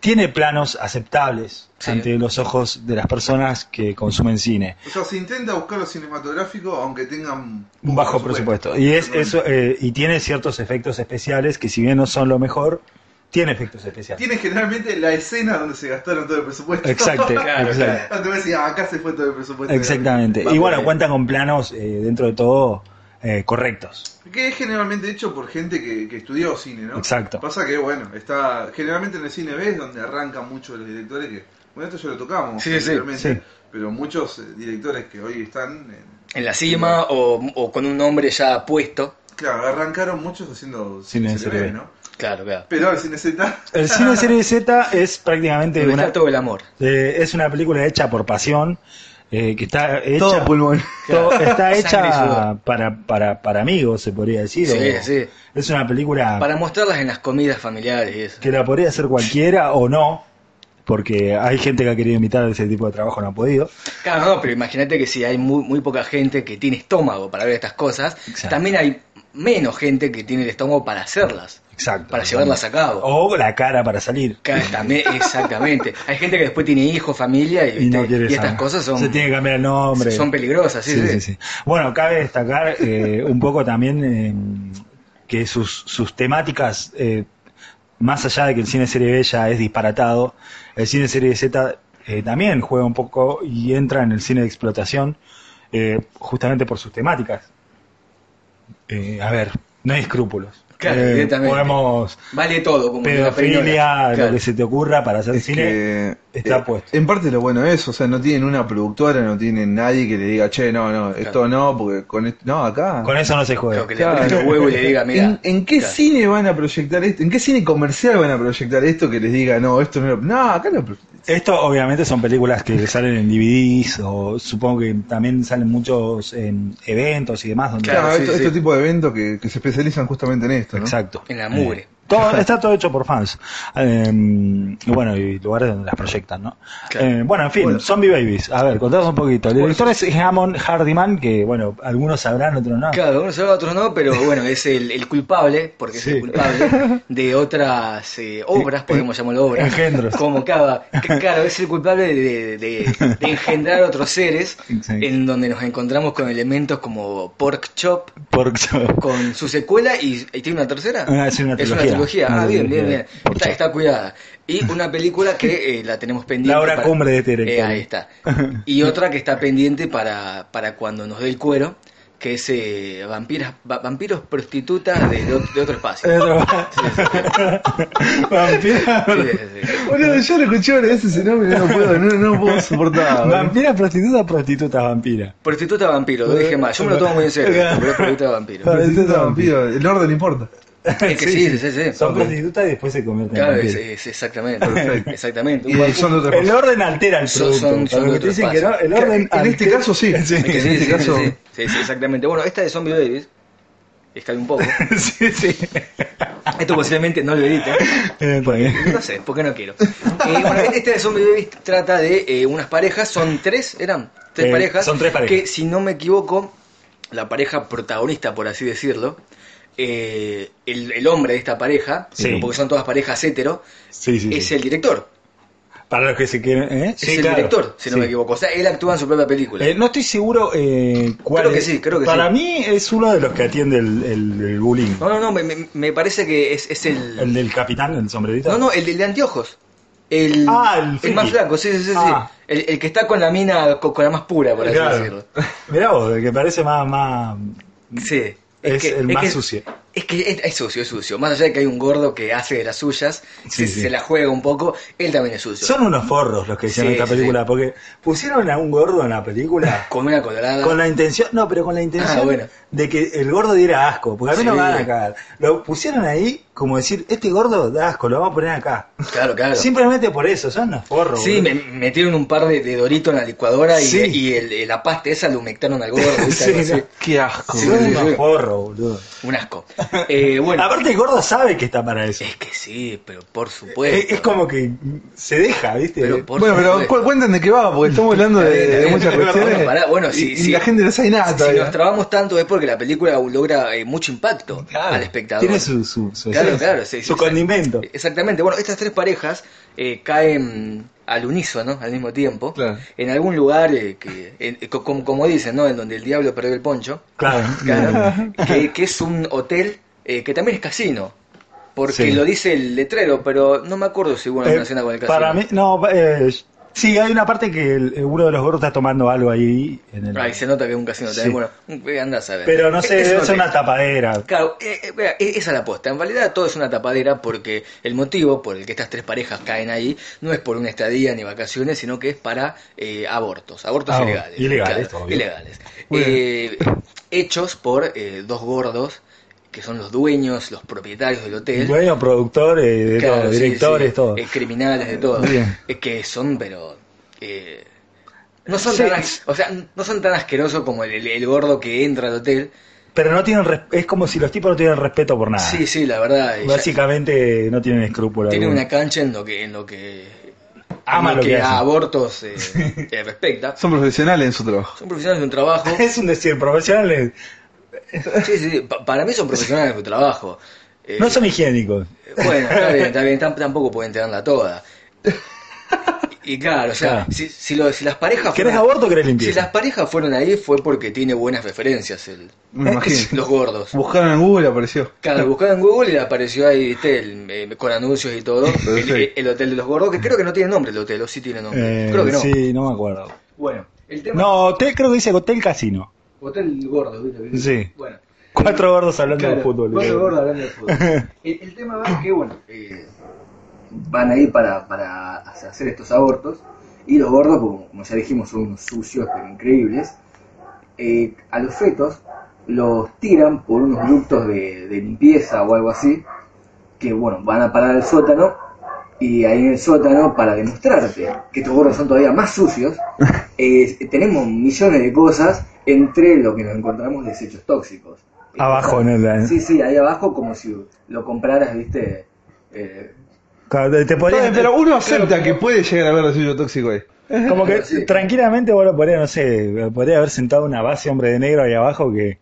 E: tiene planos aceptables
L: Sí.
E: ante los ojos de las personas que consumen cine.
B: O sea, se intenta buscar lo cinematográfico aunque tengan
E: Un bajo presupuesto. Y es eso eh, y tiene ciertos efectos especiales que si bien no son lo mejor, tiene efectos especiales.
B: Tiene generalmente la escena donde se gastaron todo el presupuesto.
E: Exacto, Claro, exacto. claro.
B: Donde ves, "Ah, acá se fue todo el presupuesto.
E: Exactamente.
B: Va
E: Y
B: por
E: bueno,
B: ahí.
E: cuenta con planos eh, dentro de todo eh, correctos.
B: Que es generalmente hecho por gente que, que estudió cine, ¿no?
E: Exacto.
B: Pasa que, bueno, está generalmente en el cine B es donde arrancan muchos los directores que... Bueno, esto ya lo tocamos
L: Sí, sí,
B: anteriormente,
E: sí.
B: pero muchos eh, directores que hoy están... en-
L: En la cima o, o con un nombre ya puesto.
B: claro, arrancaron muchos haciendo
E: Cine serie B.
B: ¿no?
L: Claro, claro.
B: Pero el cine Z...
E: El cine serie Z es prácticamente
L: Donde
E: una,
L: está todo el amor.
E: eh, es una película hecha por pasión, eh, que está hecha,
K: Todo pulmón.
E: to- está
L: Sangre y
E: hecha
L: sudor.
E: para, para, para amigos, se podría decir.
L: Sí,
E: o-
L: sí.
E: Es una película
L: Para mostrarlas en las comidas familiares y eso.
E: que la podría hacer cualquiera o no, porque hay gente que ha querido imitar ese tipo de trabajo, no ha podido.
L: Claro, no, pero imagínate que si hay muy, muy poca gente que tiene estómago para ver estas cosas,
E: Exacto.
L: también hay menos gente que tiene el estómago para hacerlas,
E: Exacto.
L: para llevarlas a cabo.
E: O la cara para salir.
L: Claro, también, exactamente. Hay gente que después tiene hijos, familia y,
E: Y no
L: ¿viste?
E: quiere
L: Este, y estas
E: saber.
L: cosas son,
E: Se tiene que cambiar el nombre.
L: son peligrosas. Sí,
E: Sí,
L: sí.
E: sí, sí. Bueno, cabe destacar eh, un poco también eh, que sus, sus temáticas, eh, más allá de que el cine serie B ya es disparatado, el cine serie Z eh, también juega un poco y entra en el cine de explotación eh, justamente por sus temáticas. Eh, a ver, no hay escrúpulos.
M: Claro,
E: Eh,
L: directamente.
E: podemos
L: Vale todo, como diría la
E: pedofilia,
L: película.
E: lo
L: Claro.
E: que se te ocurra para hacer
N: Es
E: cine
N: que,
E: está
N: eh,
E: puesto.
N: En parte lo bueno es, o sea, no tienen una productora, no tienen nadie que le diga, che, no, no, esto no, porque con esto, no, acá.
E: Con eso no se juega.
L: Claro, que le abra los huevos y le diga, mira.
N: ¿En, en qué
L: claro.
N: cine van a proyectar esto? ¿En qué cine comercial van a proyectar esto que les diga, no, esto no lo- No, acá lo.
E: Esto obviamente son películas que salen en DVDs o supongo que también salen muchos en eventos y demás. Donde
N: Claro,
L: Claro, sí,
N: esto,
L: sí.
N: este tipo de eventos que, que se especializan justamente en esto, ¿no?
E: Exacto. Eh,
L: En la mugre.
E: Todo, está todo hecho por fans. Eh, y bueno, y lugares donde las proyectan, ¿no? Eh, bueno, en fin, Zombie Babies. A ver, contanos un poquito. El director es Hammond Hardiman, que bueno, algunos sabrán, otros no.
L: Claro, unos sabrán, otros no, pero bueno, es el, el culpable, porque es
E: Sí.
L: el culpable de otras eh, obras, podemos llamarlo obras.
E: Engendros.
L: Como cada, c- claro, es el culpable de, de- de- de engendrar otros seres,
E: Exacto.
L: en donde nos encontramos con elementos como Pork Chop,
E: Por-
L: con su secuela y, y tiene una tercera.
E: Ah, es una trilogía.
L: trilogía. Ah,
E: Una
L: bien, bien,
E: trilogía.
L: bien.
E: Por
L: Está,
E: Chop.
L: está cuidada. Y una película que eh, la tenemos pendiente.
E: La obra cumbre de este director.
L: Eh, ahí está. Y otra que está pendiente para, para cuando nos dé el cuero, que es eh, vampiras, va- vampiros prostitutas de, de ot- de otro espacio.
E: Eh, Vampira,
L: Sí, sí, sí.
N: Bueno, yo lo escuché varias veces ese nombre, no puedo, no, no puedo soportar. ¿no?
E: vampira, prostituta, prostituta, vampira.
L: Prostituta vampiro, lo dije mal. Yo me lo tomo muy en serio. pero es prostituta vampiro.
N: Prostituta vampiro, el orden importa.
L: Es que sí, sí, sí. sí.
E: Son prostitutas y después se convierten
L: Claro,
E: en
L: es,
E: vampiros.
L: es exactamente.
N: Perfecto.
L: Exactamente.
N: Y de- son de otra
E: El
N: cosa.
E: orden altera el
L: Son-
E: producto.
L: son- son
E: Para los que
L: de otro
E: dicen que no,
L: espacio.
E: el orden
N: En este
E: altera-
N: caso sí.
E: Sí.
L: Es que sí,
N: En este
L: sí,
N: caso-
L: sí, sí. Sí, sí, exactamente. Bueno, esta de Zombie Babies, escalé un poco.
E: Sí, sí.
L: Esto posiblemente no lo edite.
E: Eh, está bien.
L: No sé, porque no quiero. Eh, bueno, esta de Zombie Babies trata de eh, unas parejas, son tres, eran tres
E: Eh,
L: parejas.
E: son tres parejas.
L: Que si no me equivoco, la pareja protagonista, por así decirlo, eh, el, el hombre de esta pareja,
E: Sí.
L: porque son todas parejas hetero,
E: Sí, sí, sí.
L: es el director.
E: Para los que se quieren. ¿eh?
L: es
E: Sí,
L: el
E: claro.
L: director, si no
E: Sí.
L: me equivoco. O sea, él actúa en su propia película.
E: Eh, no estoy seguro eh, cuál
L: Creo que
E: es.
L: sí, creo que
E: Para
L: sí.
E: mí es uno de los que atiende el, el, el bullying.
L: No, no, no, me, me- me parece que es, es
E: El del capitán, el sombrerito.
L: No, no, el, el de anteojos. El,
E: Ah, el friki.
L: más flaco, sí, sí, sí. sí.
E: Ah.
L: El, el que está con la mina, co- con, la más pura, por así
E: Claro.
L: decirlo.
E: Mirá vos, el que parece más. más...
L: Sí.
E: Es el más sucio.
L: Es que es, es sucio, es sucio. Más allá de que hay un gordo que hace de las suyas,
E: Sí,
L: se,
E: sí.
L: se la juega un poco, él también es sucio.
E: Son unos forros los que hicieron
L: Sí,
E: esta
L: sí,
E: película, porque pusieron a un gordo en la película.
L: Con una colorada.
E: Con la intención, no, pero con la intención
L: Ah, bueno.
E: de que el gordo diera asco, porque a mí
L: Sí.
E: no me van a cagar. Lo pusieron ahí como decir, este gordo da asco, lo vamos a poner acá.
L: Claro, claro.
E: Simplemente por eso, son unos forros.
L: Sí,
E: boludo.
L: me metieron un par de, de doritos en la licuadora y,
E: Sí.
L: y el- la pasta esa le humectaron al gordo. ¿viste?
E: Sí,
L: Algo así.
E: no.
N: Qué asco.
L: Sí,
E: Son
L: sí,
E: unos
L: sí.
E: forros, boludo.
L: Un asco. Eh, bueno,
E: Aparte el gordo sabe que está para eso.
L: es que sí, pero por
E: Es,
L: supuesto.
E: es como que se deja, ¿viste?
L: Pero por
N: Bueno, pero
L: supuesto.
N: cu- cuenten de qué va, porque estamos hablando
L: Eh,
N: de, de muchas cuestiones.
L: Bueno, pará, bueno,
N: y-
L: sí,
N: y
L: sí.
N: la gente no sabe nada
L: Si
N: todavía.
L: nos trabamos tanto es porque la película logra eh, mucho impacto
E: Claro,
L: al espectador.
E: Tiene su, su, su
L: Claro,
E: esencia,
L: claro, sí, sí,
E: su
L: sí.
E: condimento.
L: Exactamente. Bueno, estas tres parejas eh, caen al unísono, al mismo tiempo,
N: Claro.
L: en algún lugar eh, que, en- eh, co- como, como dicen, ¿no? En donde el diablo perdió el poncho,
E: Claro.
L: claro, que, que es un hotel eh, que también es casino, porque
E: Sí.
L: lo dice el letrero, pero no me acuerdo si hubo una
E: Eh,
L: escena con el casino.
E: para mí, no, eh, sí, hay una parte que el- uno de los gordos está tomando algo ahí. En el,
L: Ay, se nota que es un casino
E: Sí.
L: también. Bueno, anda a saber.
E: Pero no sé,
L: Es- es un
E: es
L: hotel.
E: una tapadera.
L: Claro, eh, eh, vea, e- esa es la aposta. En realidad todo es una tapadera porque el motivo por el que estas tres parejas caen ahí no es por una estadía ni vacaciones, sino que es para eh, abortos, abortos
E: Ah,
L: ilegales.
E: ilegales,
L: claro,
E: obvio.
L: ilegales. Eh, hechos por eh, dos gordos que son los dueños, los propietarios del hotel.
E: Dueño, productor, eh, de
L: Claro,
E: todo,
L: sí,
E: directores,
L: sí,
E: todo.
L: eh, criminales, de todo.
E: Bien.
L: Es que son, pero... eh, no son,
E: Sí.
L: tan, as- o sea, no son tan asquerosos como el- el- el gordo que entra al hotel.
E: Pero no tienen, res- es como si los tipos no tienen respeto por nada.
L: Sí, sí, la verdad. eh, ya-
E: Ah. Básicamente no tienen escrúpulos.
L: Tiene
E: alguno.
L: una cancha en lo que en lo que
E: Ama
L: en
E: lo que hace.
L: a abortos eh, eh, respecta.
N: Son profesionales en su trabajo.
L: Son profesionales de un trabajo.
E: Es un decir, profesionales.
L: Sí, sí, sí, pa- para mí son profesionales de un trabajo. Eh,
E: No son higiénicos.
L: Bueno, está bien, está bien, tam- tampoco pueden tenerla toda. Y claro, o sea,
E: Claro.
L: Si, si lo- si las parejas
E: ¿Querés aborto o querés limpieza?
L: Si las parejas fueron ahí fue porque tiene buenas referencias el,
N: Me imagino.
L: los gordos.
N: Buscaron en Google y apareció.
L: Claro, buscaron en Google y le apareció ahí, viste, el- eh, con anuncios y todo, el, el hotel de los gordos, que creo que no tiene nombre el hotel, o sí tiene nombre.
E: Eh,
L: creo que no.
E: Sí, no me acuerdo.
L: Bueno, el tema
E: No, hotel, creo que dice hotel casino.
L: Hotel gordo, ¿viste?
E: Sí.
L: Bueno.
E: Cuatro gordos hablando de fútbol.
L: Cuatro gordos hablando de fútbol. El, el tema va que, bueno, eh, van a ir para, para hacer estos abortos. Y los gordos, como, como ya dijimos, son unos sucios pero increíbles. Eh, a los fetos los tiran por unos ductos de, de limpieza o algo así. Que, bueno, van a parar al sótano. Y ahí en el sótano, para demostrarte que estos gordos son todavía más sucios, eh, tenemos millones de cosas entre lo que nos encontramos desechos tóxicos.
E: Abajo en el-
L: Sí, sí, ahí abajo como si lo compraras, viste. Eh,
E: Claro, Te
N: Está
E: podrían-
N: bien, Pero uno acepta que puede llegar a haber residuo tóxico ahí.
E: Como que
L: uh, Sí.
E: tranquilamente vos lo podrías, no sé, podría haber sentado una base hombre de negro ahí abajo que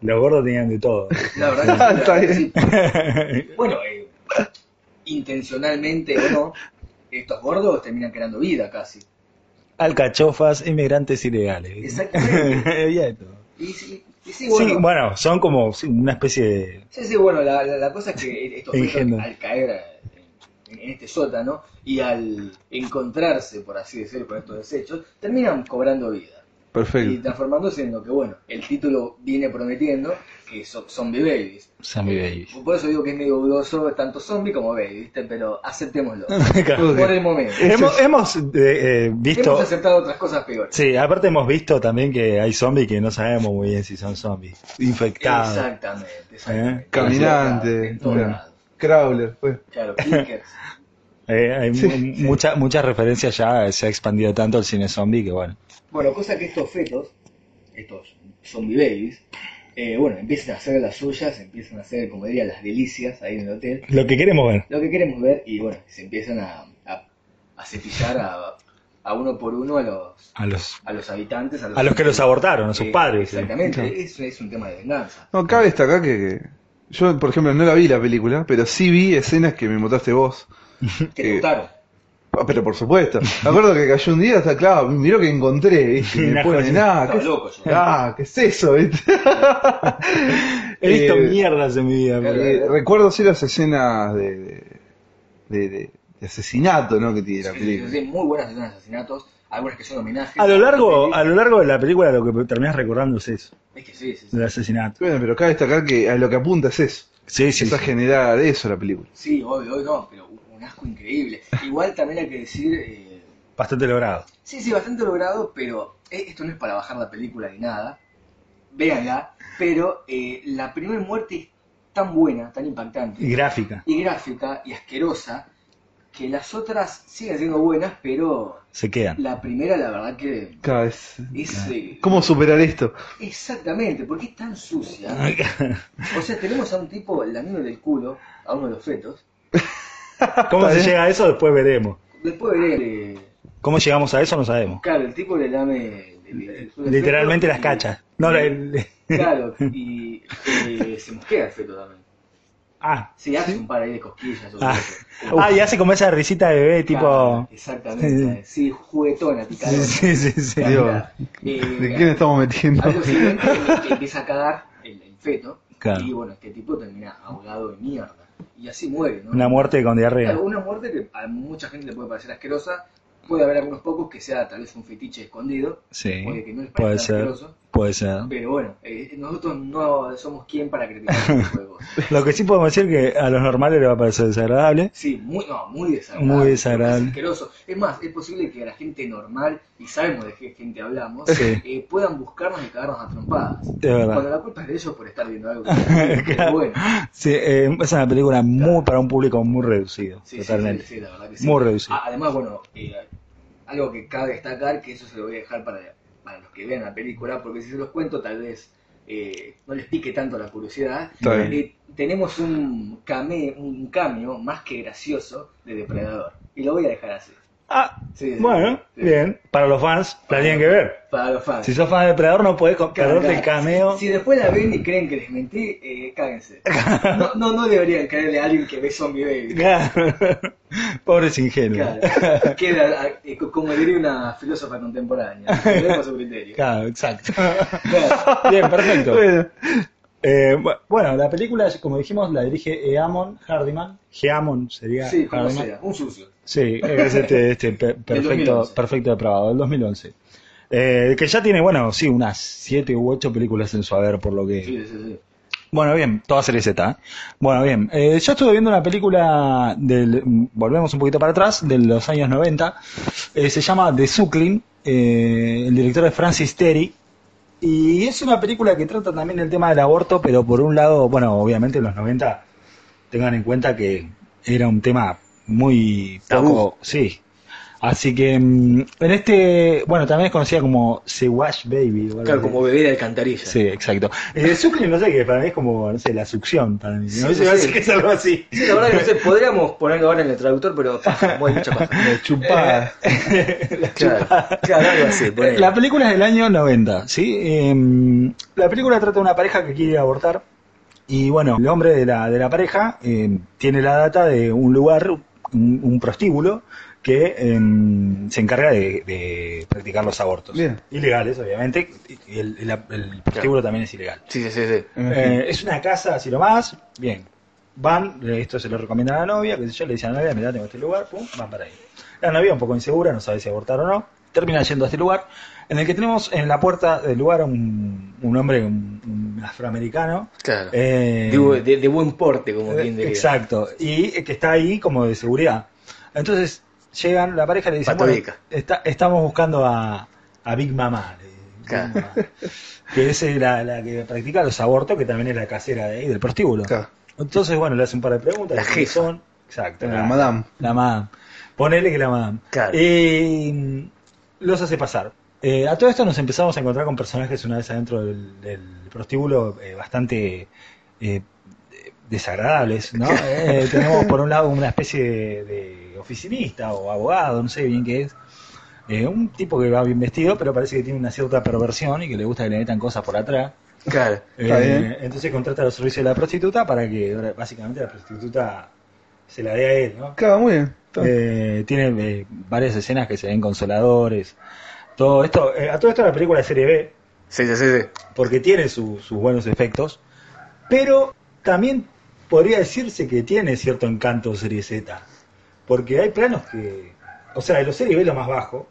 E: los gordos tenían de todo.
L: la verdad que sí, la
N: Está
L: verdad que
N: bien.
L: sí. Bueno, eh, intencionalmente o no, estos gordos terminan creando vida casi.
E: Alcachofas, inmigrantes ilegales.
L: Exactamente.
E: Había de todo.
L: Y, sí, y sí, bueno,
E: Sí, bueno, son como sí, una especie de...
L: Sí, sí, bueno, la, la, la cosa es que estos fetos,
E: Ingenuo.
L: al caer en, en este sótano y al encontrarse, por así decirlo, con estos desechos, terminan cobrando vida y
N: Perfecto.
L: transformándose en lo que, bueno, el título viene prometiendo, que son zombie babies.
E: Zombie babies.
L: Por eso digo que es medio dudoso tanto zombie como baby, ¿viste? Pero aceptémoslo.
E: Claro.
L: Por el momento.
E: hemos hemos, eh, eh, visto...
L: Hemos aceptado otras cosas peores.
E: Sí, aparte hemos visto también que hay zombies que no sabemos muy bien si son zombies. Infectados.
L: Exactamente, exactamente.
E: ¿Eh?
N: Caminante,
L: En todos
N: mira.
L: lados.
N: Crawler, pues.
L: Claro, clickers.
E: Eh, hay
N: Sí,
E: mu- mucha- muchas referencias ya, eh, se ha expandido tanto el cine zombie que bueno.
L: Bueno, cosa que estos fetos, estos zombie babies, eh, bueno, empiezan a hacer las suyas, empiezan a hacer, como diría, las delicias ahí en el hotel,
E: Lo que queremos ver.
L: lo que queremos ver, y bueno, se empiezan a, a, a cepillar a, a uno por uno a los,
E: A los,
L: a los habitantes,
E: a los que los abortaron, a sus
L: Eh,
E: padres. eh.
L: Exactamente, eso es un tema de venganza.
N: No, cabe destacar que, que yo, por ejemplo, no la vi la película, pero sí vi escenas que me mostraste vos.
L: Que
N: Eh,
L: te gustaron.
N: Ah, Pero por supuesto, me acuerdo que cayó un día, hasta claro, miró que encontré, ¿viste? Y
E: Una
N: me pone,
E: joya.
N: "Nah,
L: Estaba
N: ¿qué,
L: loco yo.
N: ah, ¿qué es eso? ¿viste?
E: He visto
N: Eh,
E: mierdas en mi vida.
L: claro.
N: Eh, recuerdo sí las escenas de, de, de- de- de asesinato, ¿no? Que tiene la
L: Sí, sí,
N: película.
L: sí, muy buenas escenas de asesinatos, algunas que son homenajes.
E: A lo largo, a lo largo de la película lo que terminas recordando es eso,
L: Es que sí, sí, sí.
E: el asesinato.
N: Bueno, pero cabe destacar que a lo que apunta es eso.
E: Sí,
N: es a generar eso la película.
L: Sí, obvio, hoy no, pero un- un asco increíble. Igual también hay que decir... eh,
E: Bastante logrado.
L: Sí, sí, bastante logrado, pero eh, esto no es para bajar la película ni nada. Véanla, pero eh, la primera muerte es tan buena, tan impactante,
E: Y gráfica.
L: y gráfica, y asquerosa, que las otras siguen siendo buenas, pero
E: Se quedan.
L: la primera, la verdad que
N: Claro, es-
L: es... eh,
N: ¿Cómo superar esto?
L: Exactamente, porque es tan sucia. O sea, tenemos a un tipo lamiendo del culo, a uno de los fetos,
E: ¿Cómo
N: Está
E: se
N: bien.
E: llega a eso? Después veremos.
L: después veré... eh,
E: ¿Cómo llegamos a eso? No sabemos.
L: Claro, el tipo le lame... el- el culo al
E: Literalmente
L: feto
E: las
L: y-
E: cachas. No, la- el-
L: Claro, y eh, se mosquea el feto también.
E: ah.
L: Sí, hace un par ahí de cosquillas. o
E: Ah.
L: algo.
E: Ah, y hace como esa risita de bebé, tipo...
L: Exactamente, sí, juguetona, picadona.
E: Sí, sí, sí.
N: Digo,
L: Eh,
N: ¿De quién estamos metiendo?
L: Algo siguiente que empieza a cagar el, el feto.
E: Claro.
L: Y bueno, este tipo termina ahogado de mierda. Y así muere, ¿no?
E: Una muerte con diarrea.
L: Claro, una muerte que a mucha gente le puede parecer asquerosa. Puede haber algunos pocos que sea tal vez un fetiche escondido.
E: Sí.
L: Puede que no les
E: Puede
L: parezca
E: ser.
L: asqueroso.
E: Puede ser.
L: Pero bueno, eh, nosotros no somos quien para criticar este juego.
E: Lo que sí podemos decir que a los normales les va a parecer desagradable.
L: Sí, muy, no, muy desagradable.
E: Muy desagradable.
L: Es asqueroso. Es más, es posible que la gente normal, y sabemos de qué gente hablamos,
E: Sí.
L: eh, puedan buscarnos y cagarnos a trompadas.
E: De verdad.
L: Cuando la culpa es de ellos por estar viendo algo.
E: Claro.
L: Que pero bueno.
E: Sí, eh, es una película muy para un público muy reducido.
L: Sí, sí,
E: totalmente.
L: sí, sí, la verdad que sí.
E: Muy reducido.
L: Ah, además, bueno, eh, algo que cabe destacar, que eso se lo voy a dejar para, para los que vean la película, porque si se los cuento tal vez eh, no les pique tanto la curiosidad.
N: Está bien.
L: Eh, tenemos un, came, un cambio más que gracioso de Depredador. Y lo voy a dejar así.
E: Ah,
L: Sí, sí,
E: bueno,
L: sí.
E: bien. Para los fans, la tienen que ver.
L: Para los fans.
E: Si sos fan de Predador, no podés co- perderte el cameo.
L: Si después la ven y creen que les mentí, eh, cáguense. No, no, no deberían creerle a alguien que ve Zombie Baby.
E: Claro. Pobres ingenuos.
L: Claro. Queda, ah, eh, co- como diría una filósofa contemporánea. Volvemos a su criterio.
E: Claro, exacto.
L: Claro.
E: Bien, perfecto.
N: Bueno,
E: Eh, bu- bueno, la película, como dijimos, la dirige Eamon Hardiman. Geamon sería
L: Sí, como
E: Hardiman.
L: sea, un sucio.
E: Sí, es este, este pe- perfecto,
L: 2011.
E: perfecto depravado, del 2011. Eh, que ya tiene, bueno, sí, unas siete u ocho películas en su haber, por lo que
L: Sí, sí, sí.
A: Bueno, bien, toda serie Z. ¿eh? Bueno, bien, eh, yo estuve viendo una película del. Volvemos un poquito para atrás, de los años 90. eh, se llama The Suckling. eh, el director es Francis Terry. Y es una película que trata también el tema del aborto, pero por un lado, bueno, obviamente en los 90 tengan en cuenta que era un tema muy poco, sí. Así que mm, en este, bueno, también es conocida como The Wash Baby. o algo
L: Claro,
A: así.
L: como bebé de alcantarilla.
A: Sí, exacto. El sucre, no sé qué, para mí es como, no sé, la succión, para mí.
L: Sí,
A: ¿no? Se
L: sí.
A: me hace que es algo así.
L: Sí, la verdad que no sé, podríamos ponerlo ahora en el traductor, pero pasa, muy mucha paja.
A: Chupada.
L: la claro, claro, algo así. ponele.
A: Eh, La película es del año 90, ¿sí? Eh, la película trata de una pareja que quiere abortar y bueno, el hombre de la, de la pareja eh, tiene la data de un lugar, un, un prostíbulo, que eh, se encarga de, de practicar los abortos.
N: Bien.
A: Ilegales, obviamente, y el, el- el prostíbulo también es ilegal.
L: Sí, sí, sí, sí.
A: Eh, es una casa, así nomás. Bien. Van, le- esto se lo recomienda a la novia, que yo le dice a la novia, mirá, tengo este lugar, pum, van para ahí. La novia un poco insegura, no sabe si abortar o no, termina yendo a este lugar, en el que tenemos en la puerta del lugar un, un hombre, un, un afroamericano.
L: Claro.
A: eh,
L: De bu- de, de buen porte, como quien diría.
A: Exacto. Y eh, que está ahí como de seguridad. Entonces llegan, la pareja le dice,
L: Pata
A: bueno,
L: bica.
A: está- estamos buscando a, a Big Mamá. le- Big
L: Claro.
A: Mamá, que es eh, la, la que practica los abortos, que también es la casera de ahí, del prostíbulo.
N: Claro.
A: Entonces, bueno, le hace un par de preguntas.
L: La
A: de quién
L: jefa.
A: son. Exacto.
N: La madame.
A: La madame. Ponele que la madame.
L: Claro.
A: Eh, mm, los hace pasar. Eh, a todo esto nos empezamos a encontrar con personajes una vez adentro del, del prostíbulo eh, bastante eh, desagradables, ¿no? Eh, tenemos por un lado una especie de, de oficinista o abogado, no sé bien qué es. Eh, un tipo que va bien vestido, pero parece que tiene una cierta perversión y que le gusta que le metan cosas por atrás.
L: Claro.
N: Está
A: Eh,
N: bien.
A: entonces contrata los servicios de la prostituta para que básicamente la prostituta se la dé a él, ¿no?
N: Claro, muy bien. Está-
A: Eh, tiene eh, varias escenas que se ven consoladores. Todo esto, eh, a todo esto la película de serie B,
L: Sí, sí, sí. sí.
A: porque tiene su- sus buenos efectos, pero también podría decirse que tiene cierto encanto serie Z, porque hay planos que, o sea, de los serie B es lo más bajo,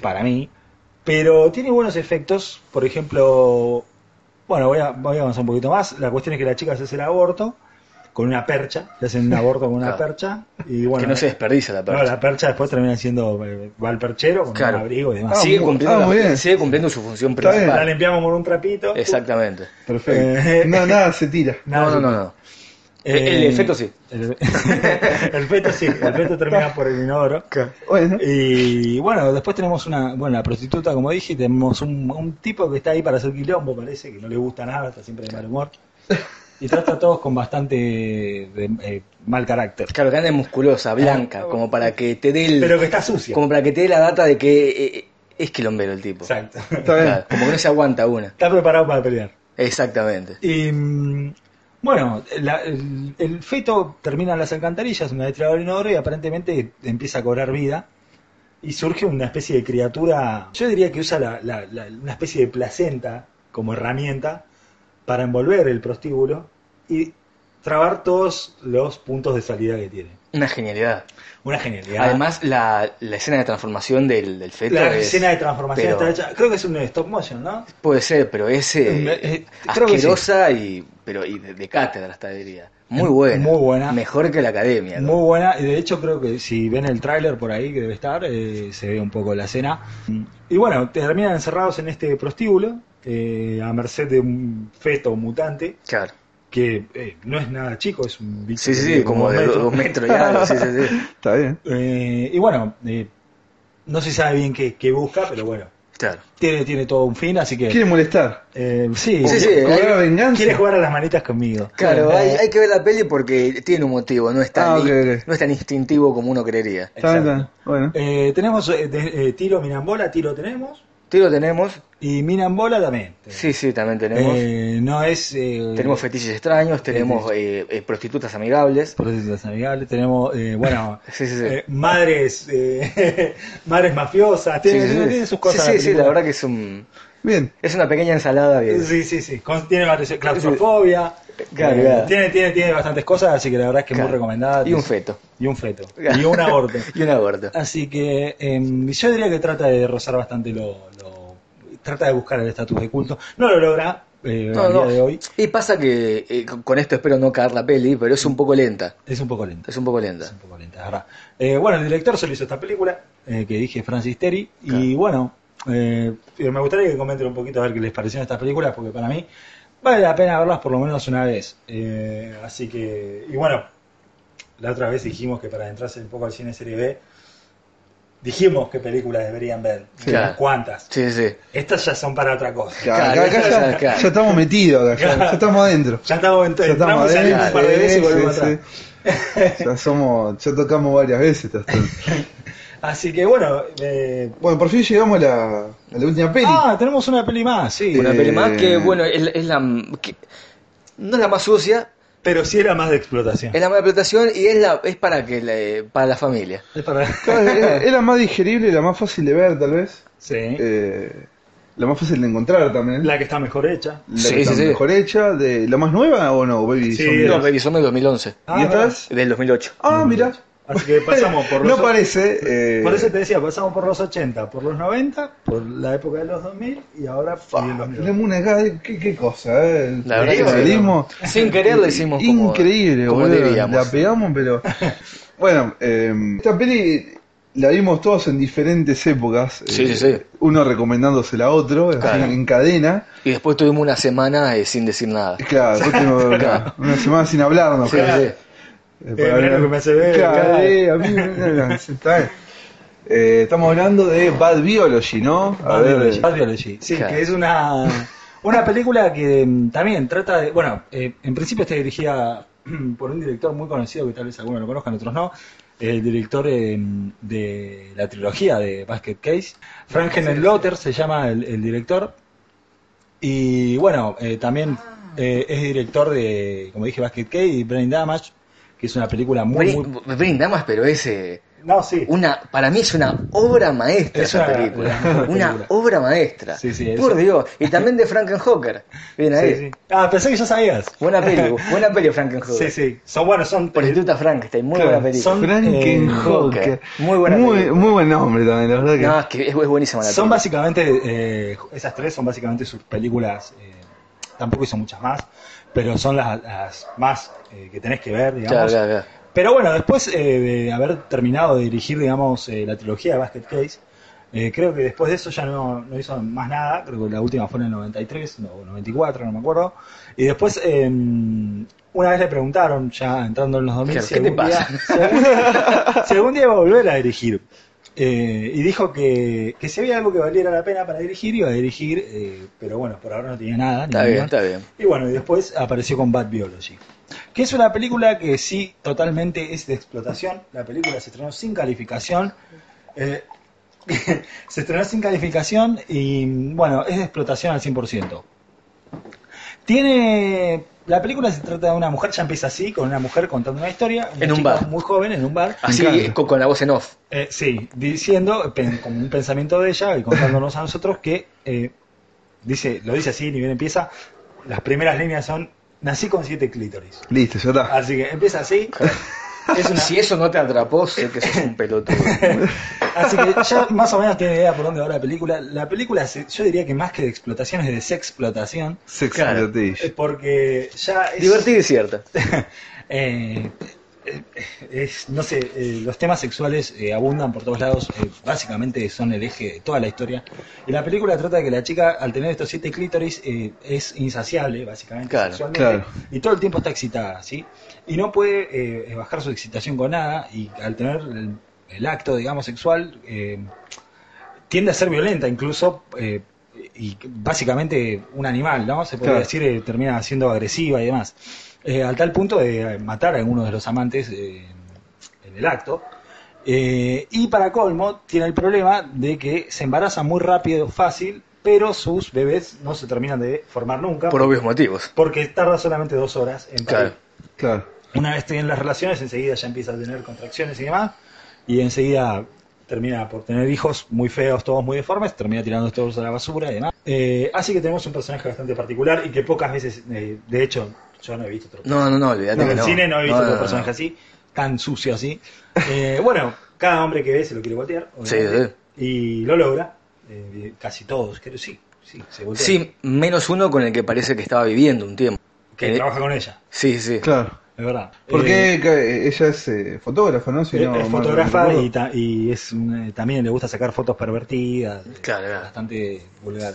A: para mí, pero tiene buenos efectos, por ejemplo, bueno, voy a, voy a avanzar un poquito más, la cuestión es que la chica se hace el aborto con una percha, le hacen un aborto con una
L: Claro.
A: percha, y bueno,
L: que no se desperdicia la
A: no,
L: percha.
A: la percha después termina siendo, eh, va al perchero con
L: Claro.
A: un abrigo y demás.
L: sigue,
N: muy-
L: cumpliendo
N: ah,
L: la-
N: muy bien.
L: sigue cumpliendo su función
N: Está bien.
A: La
L: principal.
A: limpiamos con un trapito.
L: Exactamente.
A: Eh,
N: Perfecto. No, nada se tira.
L: No,
A: Nada,
L: no, no. no. El- el efecto sí.
A: El, el feto sí, el feto termina por el inodoro.
N: Bueno,
A: Y bueno, después tenemos una, bueno, la prostituta, como dije, y tenemos un, un tipo que está ahí para hacer quilombo, parece, que no le gusta nada, está siempre de mal humor. Y trata a todos con bastante de, eh, mal carácter.
L: Claro, grande musculosa, blanca, como para que te dé el-
A: Pero que está sucio.
L: como para que te dé la data de que eh, eh, es quilombero el tipo.
A: Exacto.
N: está bien.
L: Claro, como que no se aguanta una.
A: Está preparado para pelear.
L: Exactamente.
A: Y mm, bueno, la- el, el feto termina en las alcantarillas, una vez tirado al inodoro y aparentemente empieza a cobrar vida. Y surge una especie de criatura, yo diría que usa la- la- la- una especie de placenta como herramienta para envolver el prostíbulo y trabar todos los puntos de salida que tiene.
L: Una genialidad.
A: Una genialidad.
L: Además, la, la escena de transformación del, del feto.
A: la
L: es-
A: escena de transformación
L: pero-
A: está hecha, creo que es un stop motion, ¿no?
L: Puede ser, pero es eh,
A: Me- eh, creo que sí.
L: asquerosa y, pero, y de, de cátedra, hasta diría. Muy buena.
A: Muy buena.
L: Mejor que la academia. ¿no?
A: Muy buena, y de hecho creo que si ven el tráiler por ahí que debe estar, eh, se ve un poco la escena. Y bueno, terminan encerrados en este prostíbulo, eh, a merced de un feto mutante,
L: Claro.
A: que eh, no es nada chico, es un bicho
L: Sí,
A: que
L: sí,
A: mide
L: sí, como de
A: metro.
L: dos metros y algo. Sí, sí, sí.
N: Está bien.
A: Eh, y bueno, eh, no se sabe bien qué, qué busca, pero bueno,
L: Claro.
A: tiene, tiene todo un fin, así que...
N: Quiere molestar.
A: eh, sí,
L: Sí, sí,
N: Cobrar
L: hay-
N: venganza.
A: quiere jugar a las manitas conmigo.
L: Claro,
A: Eh,
L: hay, hay que ver la peli porque tiene un motivo, no es tan,
N: Ah, ok, ok.
L: no es tan instintivo como uno creería.
N: Está bien, está bien. Bueno.
A: eh, tenemos eh, de- eh, tiro Minambola, tiro tenemos,
L: Tiro tenemos,
A: y Minambola también.
L: sí, sí, también tenemos.
A: Eh, no es. eh,
L: tenemos fetiches extraños, tenemos eh, eh, prostitutas amigables.
A: prostitutas amigables, tenemos, eh, bueno,
L: Sí, sí, sí.
A: eh, madres eh, madres mafiosas,
L: Sí,
A: tiene,
C: eh,
L: sí,
A: tiene-
L: sí.
A: tiene sus cosas.
L: Sí, sí, sí, la
A: película.
L: verdad que es un
N: Bien.
L: es una pequeña ensalada bien.
A: Sí, sí, sí, con- tiene varios- claustrofobia,
L: Claro,
A: eh,
L: claro.
A: Tiene, tiene, tiene bastantes cosas, así que la verdad es que es muy
L: Claro.
A: recomendada.
L: Y un feto.
A: Y un feto.
L: Claro.
A: Y un aborto.
L: Y un aborto.
A: Así que em, yo diría que trata de rozar bastante lo, lo- Trata de buscar el estatus de culto. No lo logra.
E: eh,
C: No,
E: al
C: no.
E: día de hoy.
C: Y pasa que eh, con con esto espero no caer la peli, pero es un poco lenta.
E: Es un poco lento.
C: Es un poco lenta.
E: Es un poco lenta, es verdad. Eh, bueno, el director solo hizo esta película, eh, que dije Francis Terry, y bueno, eh, me gustaría que comenten un poquito a ver qué les parecieron estas películas, porque para mí vale la pena verlas por lo menos una vez. Eh, así que, y bueno, la otra vez dijimos que para entrarse un poco al cine serie B, dijimos qué películas deberían ver,
C: Claro.
E: cuántas.
C: Sí, sí.
E: Estas ya son para otra cosa.
N: Acá,
C: Claro,
N: acá
C: claro,
N: ya,
C: claro.
N: ya estamos metidos, acá, ya, ya estamos adentro.
E: Ya estamos, en,
N: Ya estamos
E: entramos, salimos
N: adentro,
E: un par de veces y volvemos
N: sí,
E: atrás.
N: sí. Ya somos, ya tocamos varias veces. esta historia.
E: Así que bueno, eh,
N: Bueno, por fin llegamos a la, a la última peli.
E: Ah, tenemos una peli más, sí.
C: Una
N: Eh,
C: peli más que, bueno, es, la- es la. que- no es la más sucia,
E: Pero sí era más de explotación.
C: es la más explotación y es, la, es para, que la- eh, para la familia.
E: Es para-
N: Claro, Era, era más digerible y la más fácil de ver, tal vez.
E: Sí.
N: Eh, la más fácil de encontrar también.
E: La que está mejor hecha.
N: La
C: Sí,
N: que está
C: sí, sí.
N: mejor hecha. De, ¿La más nueva o no, Baby
E: Sí,
N: Zombie?
E: Mira.
C: No, revisó en el 2011,
E: Ah,
N: ¿Y estas?
C: del 2008.
N: Ah, mira.
E: Así que pasamos por los...
N: No parece. eh,
E: Por eso te decía, pasamos por los 80, por los 90, por la época de los 2000 y ahora por
N: fa,
E: el 2000.
N: tenemos una acá, eh, qué, qué cosa, ¿eh?
C: La verdad que sí,
N: Salimos-
C: Sin querer le hicimos como,
N: Increíble,
C: como
N: boludo.
C: debíamos.
N: La pegamos, pero. bueno, eh, esta peli la vimos todos en diferentes épocas.
C: Sí,
N: eh,
C: sí, sí.
N: Uno recomendándosela a otro, así,
C: Claro.
N: en cadena.
C: Y después tuvimos una semana eh, sin decir nada.
N: Claro, después tenemos acá una semana sin hablarnos.
C: Sí,
N: claro.
C: sí.
N: Eh,
E: Eh, mirá
N: hablar-
E: lo que me hace ver,
N: Claro,
E: claro.
N: eh, a mí me- me- me- está bien. Eh, estamos hablando de Bad Biology, ¿no? A ver, eh,
E: Bad Biology. Sí,
C: Claro.
E: que es una, una película que mm, también trata de. Bueno, eh, en principio está dirigida mm, por un director muy conocido que tal vez algunos lo conozcan, otros no. El director eh, de la trilogía de Basket Case. Frank Henry Lotter se llama el, el director. Y bueno, eh, también eh, es director de, como dije, Basket Case y Brain Damage, que es una película muy.
C: Brin,
E: muy...
C: Brin, nada más, pero ese.
E: No, sí.
C: Una, para mí es una obra maestra
E: Es
C: esa
E: una-
C: película.
E: una
C: Una,
E: mejor película.
C: obra maestra.
E: Sí, sí, es-
C: Por Dios. Y también de Frankenhooker. Bien ahí.
E: Sí, sí. Ah, pensé que ya sabías.
C: Buena peli, buena peli Frankenhooker.
E: Sí, sí. Son buenos, son.
C: Prostituta Frankenstein, muy
E: Claro,
C: buena película.
E: son- eh,
N: Frankenhooker.
C: Hooker. Muy buena
N: Muy,
C: película.
N: muy buen nombre también, la verdad que.
C: No, es que es, es buenísima la
E: Son
C: película.
E: básicamente, eh, esas tres son básicamente sus películas, eh, tampoco hizo muchas más, pero son las, las más eh, que tenés que ver,
C: Claro,
E: digamos.
C: claro, claro.
E: Pero bueno, después eh, de haber terminado de dirigir, digamos, eh, la trilogía de Basket Case, eh, creo que después de eso ya no, no hizo más nada, creo que la última fue en el 93 o 94, no me acuerdo. Y después, eh, una vez le preguntaron, ya entrando en los 2000,
C: Claro,
E: si
C: ¿qué te
E: algún
C: pasa?
E: día- si algún día- si algún día iba a volver a dirigir. Eh, y dijo que, que si había algo que valiera la pena para dirigir, iba a dirigir, eh, pero bueno, por ahora no tenía nada. ni
C: Está
E: guión.
C: bien, está bien.
E: Y bueno, y después apareció con Bad Biology, que es una película que sí, totalmente es de explotación. La película se estrenó sin calificación. eh, se estrenó sin calificación y bueno, es de explotación al 100%. Tiene. La película se trata de una mujer, ya empieza así, con una mujer contando una historia. una
C: En un
E: chica
C: bar.
E: Muy joven, en un bar.
C: Así, con, con la voz en off.
E: Eh, sí, diciendo, pen- como un pensamiento de ella y contándonos a nosotros que eh, dice, lo dice así, ni bien empieza, las primeras líneas son, nací con siete clítoris.
N: Listo, ya
C: ah,
N: está.
E: Así que empieza así. Es una-
C: Si eso no te atrapó, sé que sos un pelotudo.
E: así que ya más o menos tiene idea por dónde va la película. La película, se- yo diría que más que de explotación es de sexplotación,
N: Sex
C: Claro.
N: Advantage.
E: eh, porque ya es...
C: Divertida y cierta.
E: Eh, eh, es- no sé, eh, los temas sexuales eh, abundan por todos lados, eh, básicamente son el eje de toda la historia. Y la película trata de que la chica, al tener estos siete clítoris, eh, es insaciable, básicamente,
C: Claro,
E: sexualmente,
N: claro.
E: y todo el tiempo está excitada, ¿sí? Y no puede eh, bajar su excitación con nada, y al tener el, el acto, digamos, sexual, eh, tiende a ser violenta incluso eh, y básicamente un animal, ¿no? Se podría
N: Claro.
E: decir eh, termina siendo agresiva y demás. Eh, al tal punto de matar a algunos de los amantes eh, en el acto. Eh, y para colmo, tiene el problema de que se embaraza muy rápido, fácil, pero sus bebés no se terminan de formar nunca.
C: Por obvios motivos.
E: Porque tarda solamente dos horas en parir.
C: Claro.
N: Claro.
E: Una vez tienen las relaciones, enseguida ya empieza a tener contracciones y demás, y enseguida termina por tener hijos muy feos, todos muy deformes, termina tirando todos a la basura y demás. Eh, así que tenemos un personaje bastante particular y que pocas veces, eh, de hecho, yo no he visto otro
C: No, no, no, olvídate
E: en
C: que
E: el
C: no.
E: cine no he visto
C: No, no,
E: otro
C: no.
E: personaje así, tan sucio así. Eh, bueno, cada hombre que ve se lo quiere voltear. obviamente,
C: Sí, sí.
E: Y lo logra. eh, casi todos, creo sí.
L: Sí, se voltea.
C: Sí, menos uno con el que parece que estaba viviendo un tiempo.
E: Que trabaja con ella,
C: Sí, sí.
N: Claro.
E: es verdad.
N: Porque
E: Eh,
N: ella es eh, fotógrafa, ¿no? Si
E: es-
N: no
E: es
N: mal no
E: fotógrafa
N: recuerdo.
E: y, ta- y es una- también le gusta sacar fotos pervertidas. eh,
C: Claro, claro.
E: Bastante vulgar.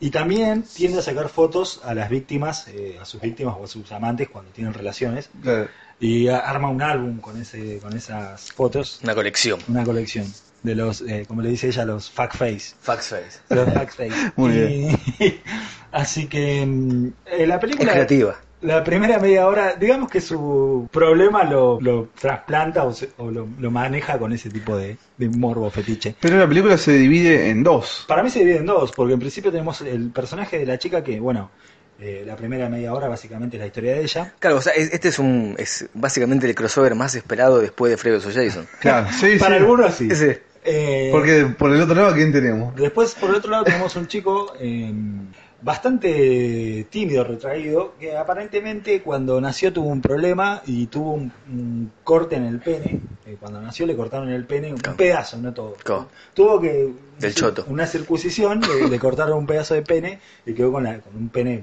E: Y también tiende a sacar fotos a las víctimas, eh, a sus víctimas o a sus amantes cuando tienen relaciones.
N: Claro.
E: Y a- arma un álbum con, ese, con esas fotos,
C: Una colección.
E: una colección de los, eh, como le dice ella, los fuck face.
C: Fax face.
E: Los fuck face.
N: Muy
E: Y- así que mm, eh, la
C: Es
E: película...
C: creativa.
E: La primera media hora, digamos que su problema lo, lo trasplanta o, se- o lo, lo maneja con ese tipo de, de morbo fetiche.
N: Pero la película se divide en dos.
E: Para mí se divide en dos, porque en principio tenemos el personaje de la chica que, bueno, eh, la primera media hora básicamente es la historia de ella.
C: Claro, o sea, es- este es un es básicamente el crossover más esperado después de Freddy vs. Jason.
N: Claro, sí,
E: Para
N: sí.
E: algunos sí.
C: Ese,
E: Eh,
N: Porque por el otro lado, ¿a quién tenemos?
E: Después, por el otro lado, tenemos un chico eh, bastante tímido, retraído, que aparentemente cuando nació tuvo un problema y tuvo un, un corte en el pene. Eh, cuando nació le cortaron el pene un
C: Claro.
E: pedazo, no todo.
C: Claro.
E: Tuvo que...
C: Del choto.
E: Una circuncisión, le, le cortaron un pedazo de pene y quedó con, la- con un pene eh,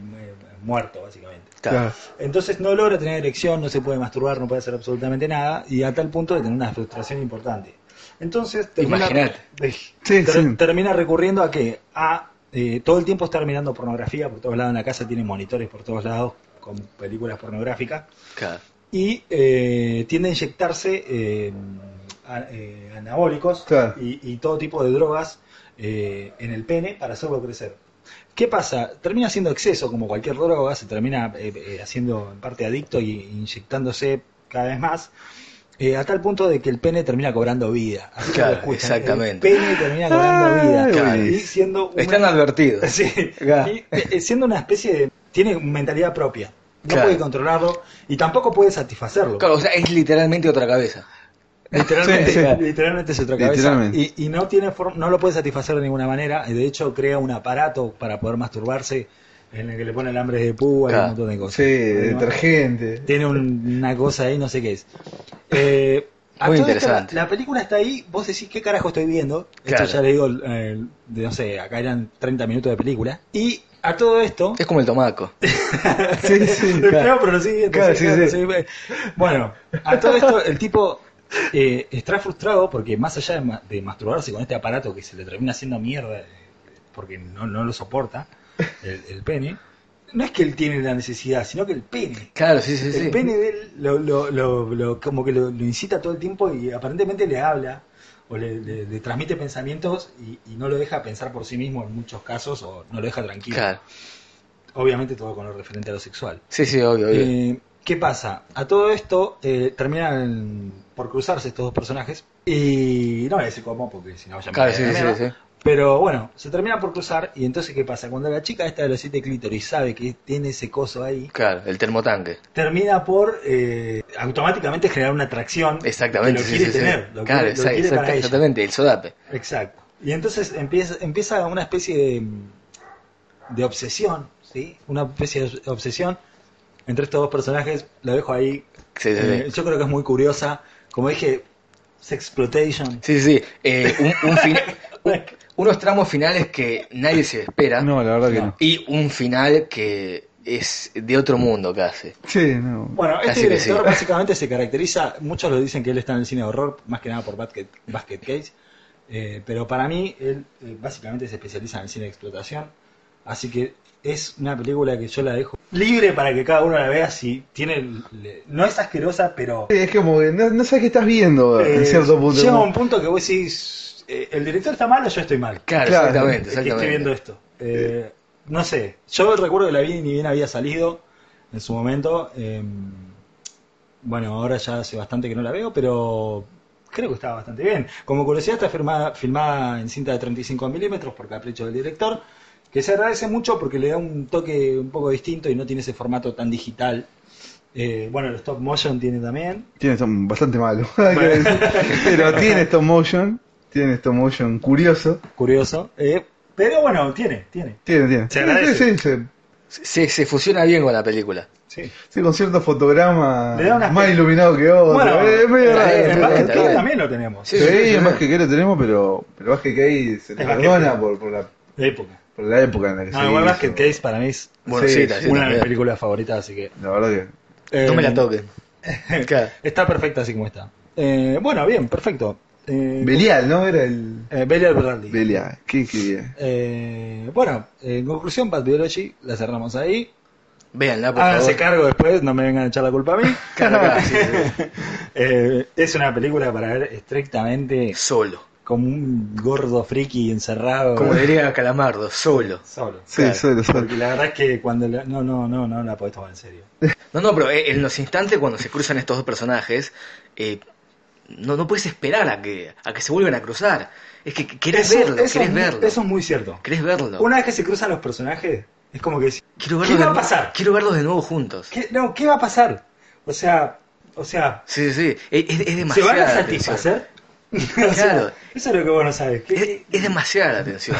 E: muerto, básicamente.
C: claro.
E: Entonces no logra tener erección, no se puede masturbar, no puede hacer absolutamente nada, y a tal punto de tener una frustración importante. Entonces termina,
C: Imaginate.
E: Eh,
N: Sí,
E: ter-
N: sí.
E: termina recurriendo a que a eh, todo el tiempo estar mirando pornografía por todos lados en la casa, tiene monitores por todos lados con películas pornográficas,
C: claro.
E: y eh, tiende a inyectarse eh, a- eh, anabólicos
N: Claro.
E: y, y todo tipo de drogas eh, en el pene para hacerlo crecer. ¿Qué pasa? Termina siendo exceso, como cualquier droga, se termina eh, eh, haciendo en parte adicto y inyectándose cada vez más. eh, a tal punto de que el pene termina cobrando vida. Así como
C: Claro,
E: lo escuchan,
C: exactamente.
E: El pene termina cobrando vida.
C: claro.
E: Y siendo un-
C: Están advertidos.
E: Sí,
C: Claro.
E: y, eh, siendo una especie de... Tiene mentalidad propia. No
C: Claro.
E: puede controlarlo y tampoco puede satisfacerlo.
C: Claro, o sea, es literalmente otra cabeza.
E: Literalmente,
N: Sí, sí.
E: literalmente es otra cabeza.
N: Literalmente.
E: Y, y no tiene forma, no lo puede satisfacer de ninguna manera. De hecho, crea un aparato para poder masturbarse en el que le pone alambre de púa y
C: Claro.
E: un montón de cosas.
N: Sí,
E: Además,
N: detergente.
E: tiene un- una cosa ahí, no sé qué es. Eh, a
C: Muy
E: todo esto,
C: interesante.
E: la, la película está ahí, vos decís qué carajo estoy viendo.
C: Claro.
E: Esto ya le digo, eh, de, no sé, acá eran 30 minutos de película. Y a todo esto,
C: Es como el tomaco.
N: Sí, sí.
E: Claro, pero lo siguiente,
N: Claro,
E: sí,
N: sí,
E: claro,
N: sí.
E: sí, eh. Bueno, a todo esto el tipo eh, está frustrado porque más allá de, ma- de masturbarse con este aparato que se le termina haciendo mierda eh, porque no, no lo soporta el, el pene, no es que él tiene la necesidad, sino que el pene.
C: Claro, sí, sí, sí.
E: El pene de él lo, lo- lo- lo- como que lo, lo incita todo el tiempo y aparentemente le habla o le, le- le transmite pensamientos y, y no lo deja pensar por sí mismo en muchos casos o no lo deja tranquilo.
C: Claro.
E: Obviamente todo con lo referente a lo sexual.
C: Sí, sí, obvio, obvio.
E: Eh, ¿Qué pasa? A todo esto eh, terminan por cruzarse estos dos personajes. Y no voy a decir cómo, porque si no ya me
C: claro,
E: voy a
C: sí,
E: la
C: sí, sí,
E: mierda.
C: sí.
E: Pero bueno, se terminan por cruzar. Y entonces, ¿qué pasa? Cuando la chica esta de los siete clítoris sabe que tiene ese coso ahí,
C: Claro, el termotanque.
E: termina por eh, automáticamente generar una atracción.
C: Exactamente,
E: que lo
C: sí,
E: quiere
C: sí, sí.
E: tener, lo
C: Claro,
E: quiere- lo
C: exa-
E: quiere para
C: exacta-
E: ella.
C: exactamente, el sodape.
E: Exacto. Y entonces empieza, empieza una especie de, de obsesión, ¿sí? Una especie de obsesión entre estos dos personajes. La dejo ahí
C: Sí, sí, sí.
E: Eh, yo creo que es muy curiosa. Como dije, Sexploitation.
C: Sí, sí, sí. Eh, un- un fin- un- unos tramos finales que nadie se espera.
N: No, la verdad que no.
C: Y un final que es de otro mundo casi.
N: Sí, no.
E: Bueno, este
C: Así que
E: director
C: sí.
E: básicamente se caracteriza, muchos lo dicen que él está en el cine de horror, más que nada por Basket, Basket Case, eh, pero para mí él eh, básicamente se especializa en el cine de explotación, así que es una película que yo la dejo libre para que cada uno la vea si tiene... el- le- no es asquerosa, pero...
N: Sí, Es como que no, no sabes qué estás viendo
E: eh,
N: Eh, en cierto punto.
E: llega
N: Como-
E: un punto que vos decís, eh, el director está mal o yo estoy mal.
C: Claro,
N: Claro,
C: exactamente,
E: Es que estoy viendo
C: exactamente.
E: esto. Eh, no sé, yo recuerdo que la vi ni bien había salido en su momento. eh, bueno, ahora ya hace bastante que no la veo, pero creo que estaba bastante bien. Como curiosidad, está firmada, filmada en cinta de 35 milímetros por capricho del director, que se agradece mucho porque le da un toque un poco distinto y no tiene ese formato tan digital. Eh, bueno, el stop motion tiene también.
N: Tiene stop- bastante malo. hay que decir. Pero tiene stop motion. Tiene stop motion curioso.
E: Curioso. eh, pero bueno, tiene, tiene.
N: Tiene, tiene.
E: Se
N: Sí,
E: agradece.
N: sí, sí, se-
C: Se, se fusiona bien con la película.
E: Sí.
N: sí, con cierto fotograma
E: Le da una-
N: más iluminado que otro.
E: Bueno,
N: Eh, es medio
C: está
N: raro,
C: bien,
N: pero-
E: en
C: está
E: Basket
C: bien, está
E: Case
C: bien.
E: también lo tenemos.
N: Sí,
C: Sí, sí, sí,
N: es
C: sí.
N: más que que lo tenemos, pero, pero más que que ahí se le
E: Es más que
N: perdona
E: que-
N: por, por la
E: De época.
N: por la época en la que
E: No,
N: se
E: igual
N: hizo.
E: Basket Case para mí es
N: Bueno, sí, sí,
E: una de mis
N: también.
E: películas favoritas, así que.
N: La verdad que.
E: eh,
C: No me la toquen. Claro.
E: Está perfecta así como está. Eh, bueno, bien, perfecto. Eh,
N: Belial, ¿no? Era el.
E: eh, Belial Brandy.
N: Belial, qué, qué bien.
E: Eh, bueno, en conclusión, Bad Biology, la cerramos ahí.
C: Véanla,
A: Ah,
C: por
E: Háganse
C: favor.
E: cargo después, no me vengan a echar la culpa a mí.
C: Claro, claro, sí, sí,
E: Eh, es una película para ver estrictamente
C: sí. Solo.
E: como un gordo friki encerrado
C: Como diría Calamardo, solo.
E: solo.
N: Sí,
C: Claro,
N: solo, solo.
E: Porque la verdad es que cuando... la- No, no, no, no la podés tomar en serio.
C: No, no, pero eh, en los instantes cuando se cruzan estos dos personajes, eh, no, no puedes esperar a que, a que se vuelvan a cruzar. Es que que querés
E: Eso-
C: verlo,
E: eso
C: querés
E: es muy-
C: verlo.
E: Eso es muy cierto.
C: Querés verlo.
E: Una vez que se cruzan los personajes, es como que... decís,
C: Quiero
E: ¿Qué
C: verlo de-
E: va a pasar?
C: Quiero verlos de nuevo juntos.
E: ¿Qué- no, ¿qué va a pasar? O sea, o sea,
C: Sí, sí, sí. Es, es- es
E: ¿se
C: demasiada
E: van a
C: atención.
E: satisfacer? O sea,
C: Claro.
E: eso es lo que vos no sabes. ¿Qué-
C: Es, es demasiada la atención.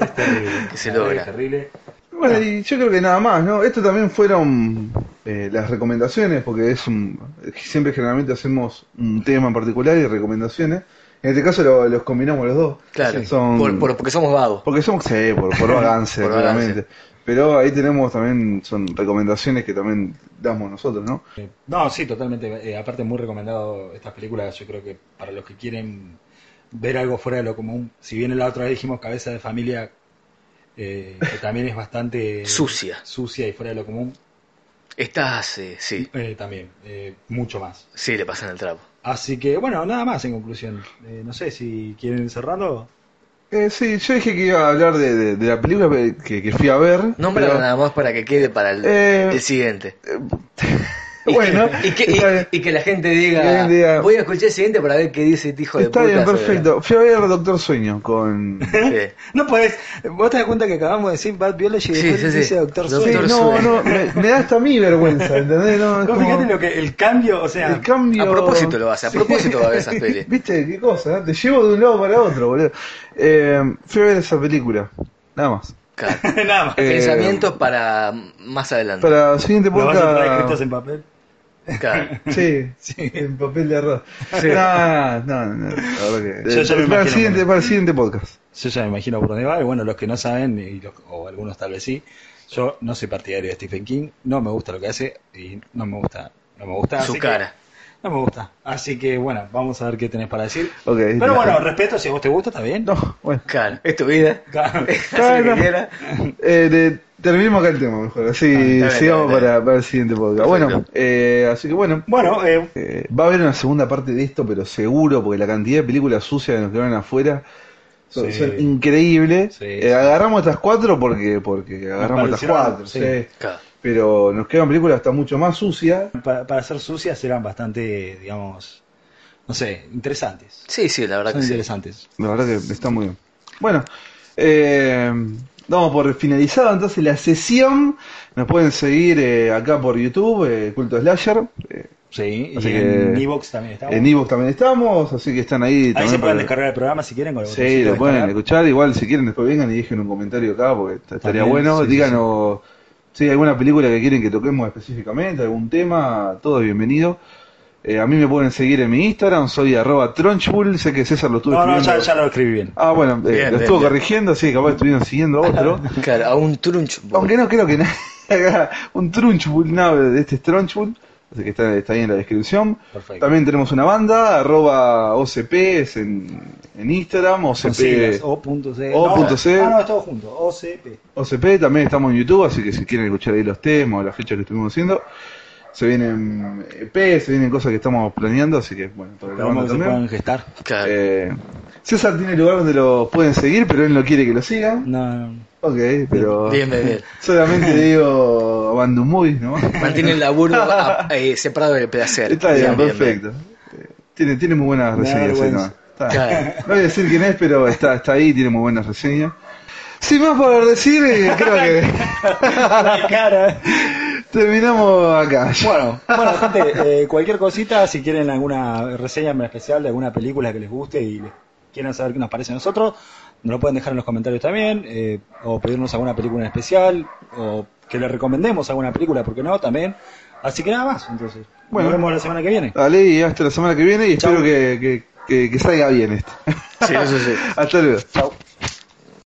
E: Es terrible.
C: Que se
E: Es
C: logra.
E: terrible. Ah.
N: Bueno, y yo creo que nada más, ¿no? Esto también fueron eh, las recomendaciones, porque es un, siempre generalmente hacemos un tema en particular y recomendaciones. En este caso lo- los combinamos los dos.
C: Claro.
N: Son-
C: Por- por- porque somos vagos.
N: Porque somos, sí, por, por balance,
C: Por balance.
N: claramente. Pero ahí tenemos también, son recomendaciones que también damos nosotros, ¿no?
E: Eh, No, sí, totalmente. Eh, aparte, muy recomendado estas películas. Yo creo que para los que quieren ver algo fuera de lo común, si bien la otra vez dijimos Cabeza de Familia, eh, que también es bastante
C: Sucia.
E: sucia y fuera de lo común,
C: Estás, eh, sí.
E: eh, también, eh, mucho más.
C: Sí, le pasan el trapo.
E: Así que, bueno, nada más en conclusión. Eh, no sé si quieren ir cerrando.
N: Eh, sí, yo dije que iba a hablar de, de- de la película que, que fui a ver.
C: Nómbralo
N: pero-
C: nada más para que quede para el,
N: Eh,
C: el siguiente.
N: Bueno,
C: y, que,
N: está bien.
C: y- y que la gente diga,
N: Que la gente diga-
C: voy a escuchar el siguiente para ver qué dice este hijo de
N: Está
C: puta.
N: bien,
C: sobre-
N: perfecto. Fui a ver Doctor Sueño con...
C: Sí.
E: No podés. Vos te das cuenta que acabamos de decir Bad Biology y
C: Sí,
E: después
C: sí, sí.
E: dice Doctor
C: Doctor
N: Sí,
E: Sueño.
C: Sueño.
N: no, no, me, me da hasta a mí vergüenza, ¿entendés? No, es
E: Vos
N: como-
E: fijate lo que, el cambio, o sea,
N: el cambio...
C: A propósito lo hace, a propósito va a ver esas pelis.
N: ¿Viste qué cosa? eh? Te llevo de un lado para otro, boludo. Eh, fui a ver esa película, nada más.
C: Claro.
E: nada más.
N: Eh,
C: Pensamientos para más adelante.
N: Para el siguiente
E: Lo vas a traer escritos
N: podcast...
E: en papel.
C: Claro.
N: Sí, en papel de arroz.
E: Sí.
N: No, no, no, la verdad que-
E: Yo ya me
N: para, el
E: imagino
N: siguiente,
E: cómo.
N: para el siguiente podcast.
E: Yo ya me imagino por dónde va, y bueno, los que no saben, y los- o algunos tal vez sí, yo no soy partidario de Stephen King, no me gusta lo que hace, y no me gusta, no me gusta. así
C: Su
E: que-
C: cara.
E: no me gusta. Así que bueno, vamos a ver qué tenés para decir.
N: Ok,
E: Pero bueno, respeto, si a vos te gusta, está bien.
N: No, bueno.
C: Claro. Es tu vida.
E: Claro.
C: Haz lo que quieras.
N: Eh, de- terminemos acá el tema mejor, así
C: Ah, está bien,
N: sigamos
C: está bien.
N: para, para el siguiente podcast. Bueno,
C: Perfecto.
N: eh, así que bueno,
E: Bueno, eh,
N: eh, va a haber una segunda parte de esto, pero seguro, porque la cantidad de películas sucias que nos quedaron afuera son,
E: Sí.
N: son increíbles.
E: Sí,
N: Eh,
E: sí.
N: Agarramos estas cuatro porque, porque agarramos estas
E: parecieron,
N: cuatro,
E: sí.
N: sí.
C: Claro.
N: pero nos quedan películas hasta mucho más sucias.
E: para, para ser sucias eran bastante, digamos, no sé, interesantes.
C: Sí, sí, la verdad
E: Son
C: que sí.
E: interesantes.
N: La verdad que está muy bien. Bueno, eh, damos por finalizado entonces la sesión. Nos pueden seguir eh, acá por YouTube, eh, Culto Slasher. eh,
E: Sí, y
N: Así
E: en
N: que-
E: Evox también está.
N: en Evox también estamos, así que están ahí.
E: Ahí
N: también
E: se pueden
N: para-
E: descargar el programa si quieren con el
N: Sí,
E: botoncito
N: lo
E: de
N: pueden
E: descargar.
N: escuchar. Igual, si quieren, después vengan y dejen un comentario acá, porque est- estaría
E: También,
N: bueno.
E: sí, sí,
N: Díganos si hay alguna película que quieren que toquemos específicamente, algún tema, todo es bienvenido. Eh, a mí me pueden seguir en mi Instagram, soy arroba tronchbull. Sé que César lo estuvo
E: No, no, ya,
N: escribiendo.
E: ya lo escribí bien.
N: Ah, bueno, eh,
C: Bien,
N: lo
C: bien,
N: estuvo
C: bien.
N: corrigiendo, así que capaz estuvieron siguiendo a otro.
C: Claro, a un trunch.
N: Aunque no creo que nadie haga un Trunchbull, no, de este es Trunchbull, así que está, está ahí en la descripción.
E: Perfecto.
N: También tenemos una banda, arroba OCP, es en, en Instagram,
E: Con
N: OCP,
E: siglas, O.C.
N: O
E: No,
N: punto C.
E: Ah, no, es todo junto. OCP.
N: OCP, también estamos en YouTube, así que si quieren escuchar ahí los temas, las fechas que estuvimos haciendo, se vienen EP, se vienen cosas que estamos planeando, así que bueno, para la
E: Esperamos
N: banda
E: que se puedan
N: también.
E: gestar.
C: Claro.
N: Eh, César tiene lugar donde lo pueden seguir, pero él no quiere que lo sigan.
E: No, no, no.
N: Ok, pero...
C: Bien, bien, bien.
N: Solamente digo Abandon Movies, ¿no?
C: Mantiene el laburo a- eh, separado del placer.
N: Está bien,
C: Bien, bien, bien.
N: perfecto. Eh, Tiene, tiene muy buenas
E: Me da
N: reseñas. ese
E: vergüenza.
N: tema. Está.
C: Claro.
N: No voy a decir quién es, pero está, está ahí, tiene muy buenas reseñas. Sin más por decir, eh, creo que
E: Ah, Cara.
N: terminamos acá.
E: Bueno, bueno, gente, eh, cualquier cosita, si quieren alguna reseña en especial de alguna película que les guste y les quieran saber qué nos parece a nosotros, nos lo pueden dejar en los comentarios también, eh, o pedirnos alguna película en especial, o que le recomendemos alguna película, porque no, también. Así que nada más, entonces.
N: Bueno.
E: Nos vemos la semana que viene.
N: Dale, y hasta la semana que viene y
E: Chau.
N: espero que, que, que- que salga bien esto.
C: Sí, eso sí.
N: hasta luego.
E: Chao.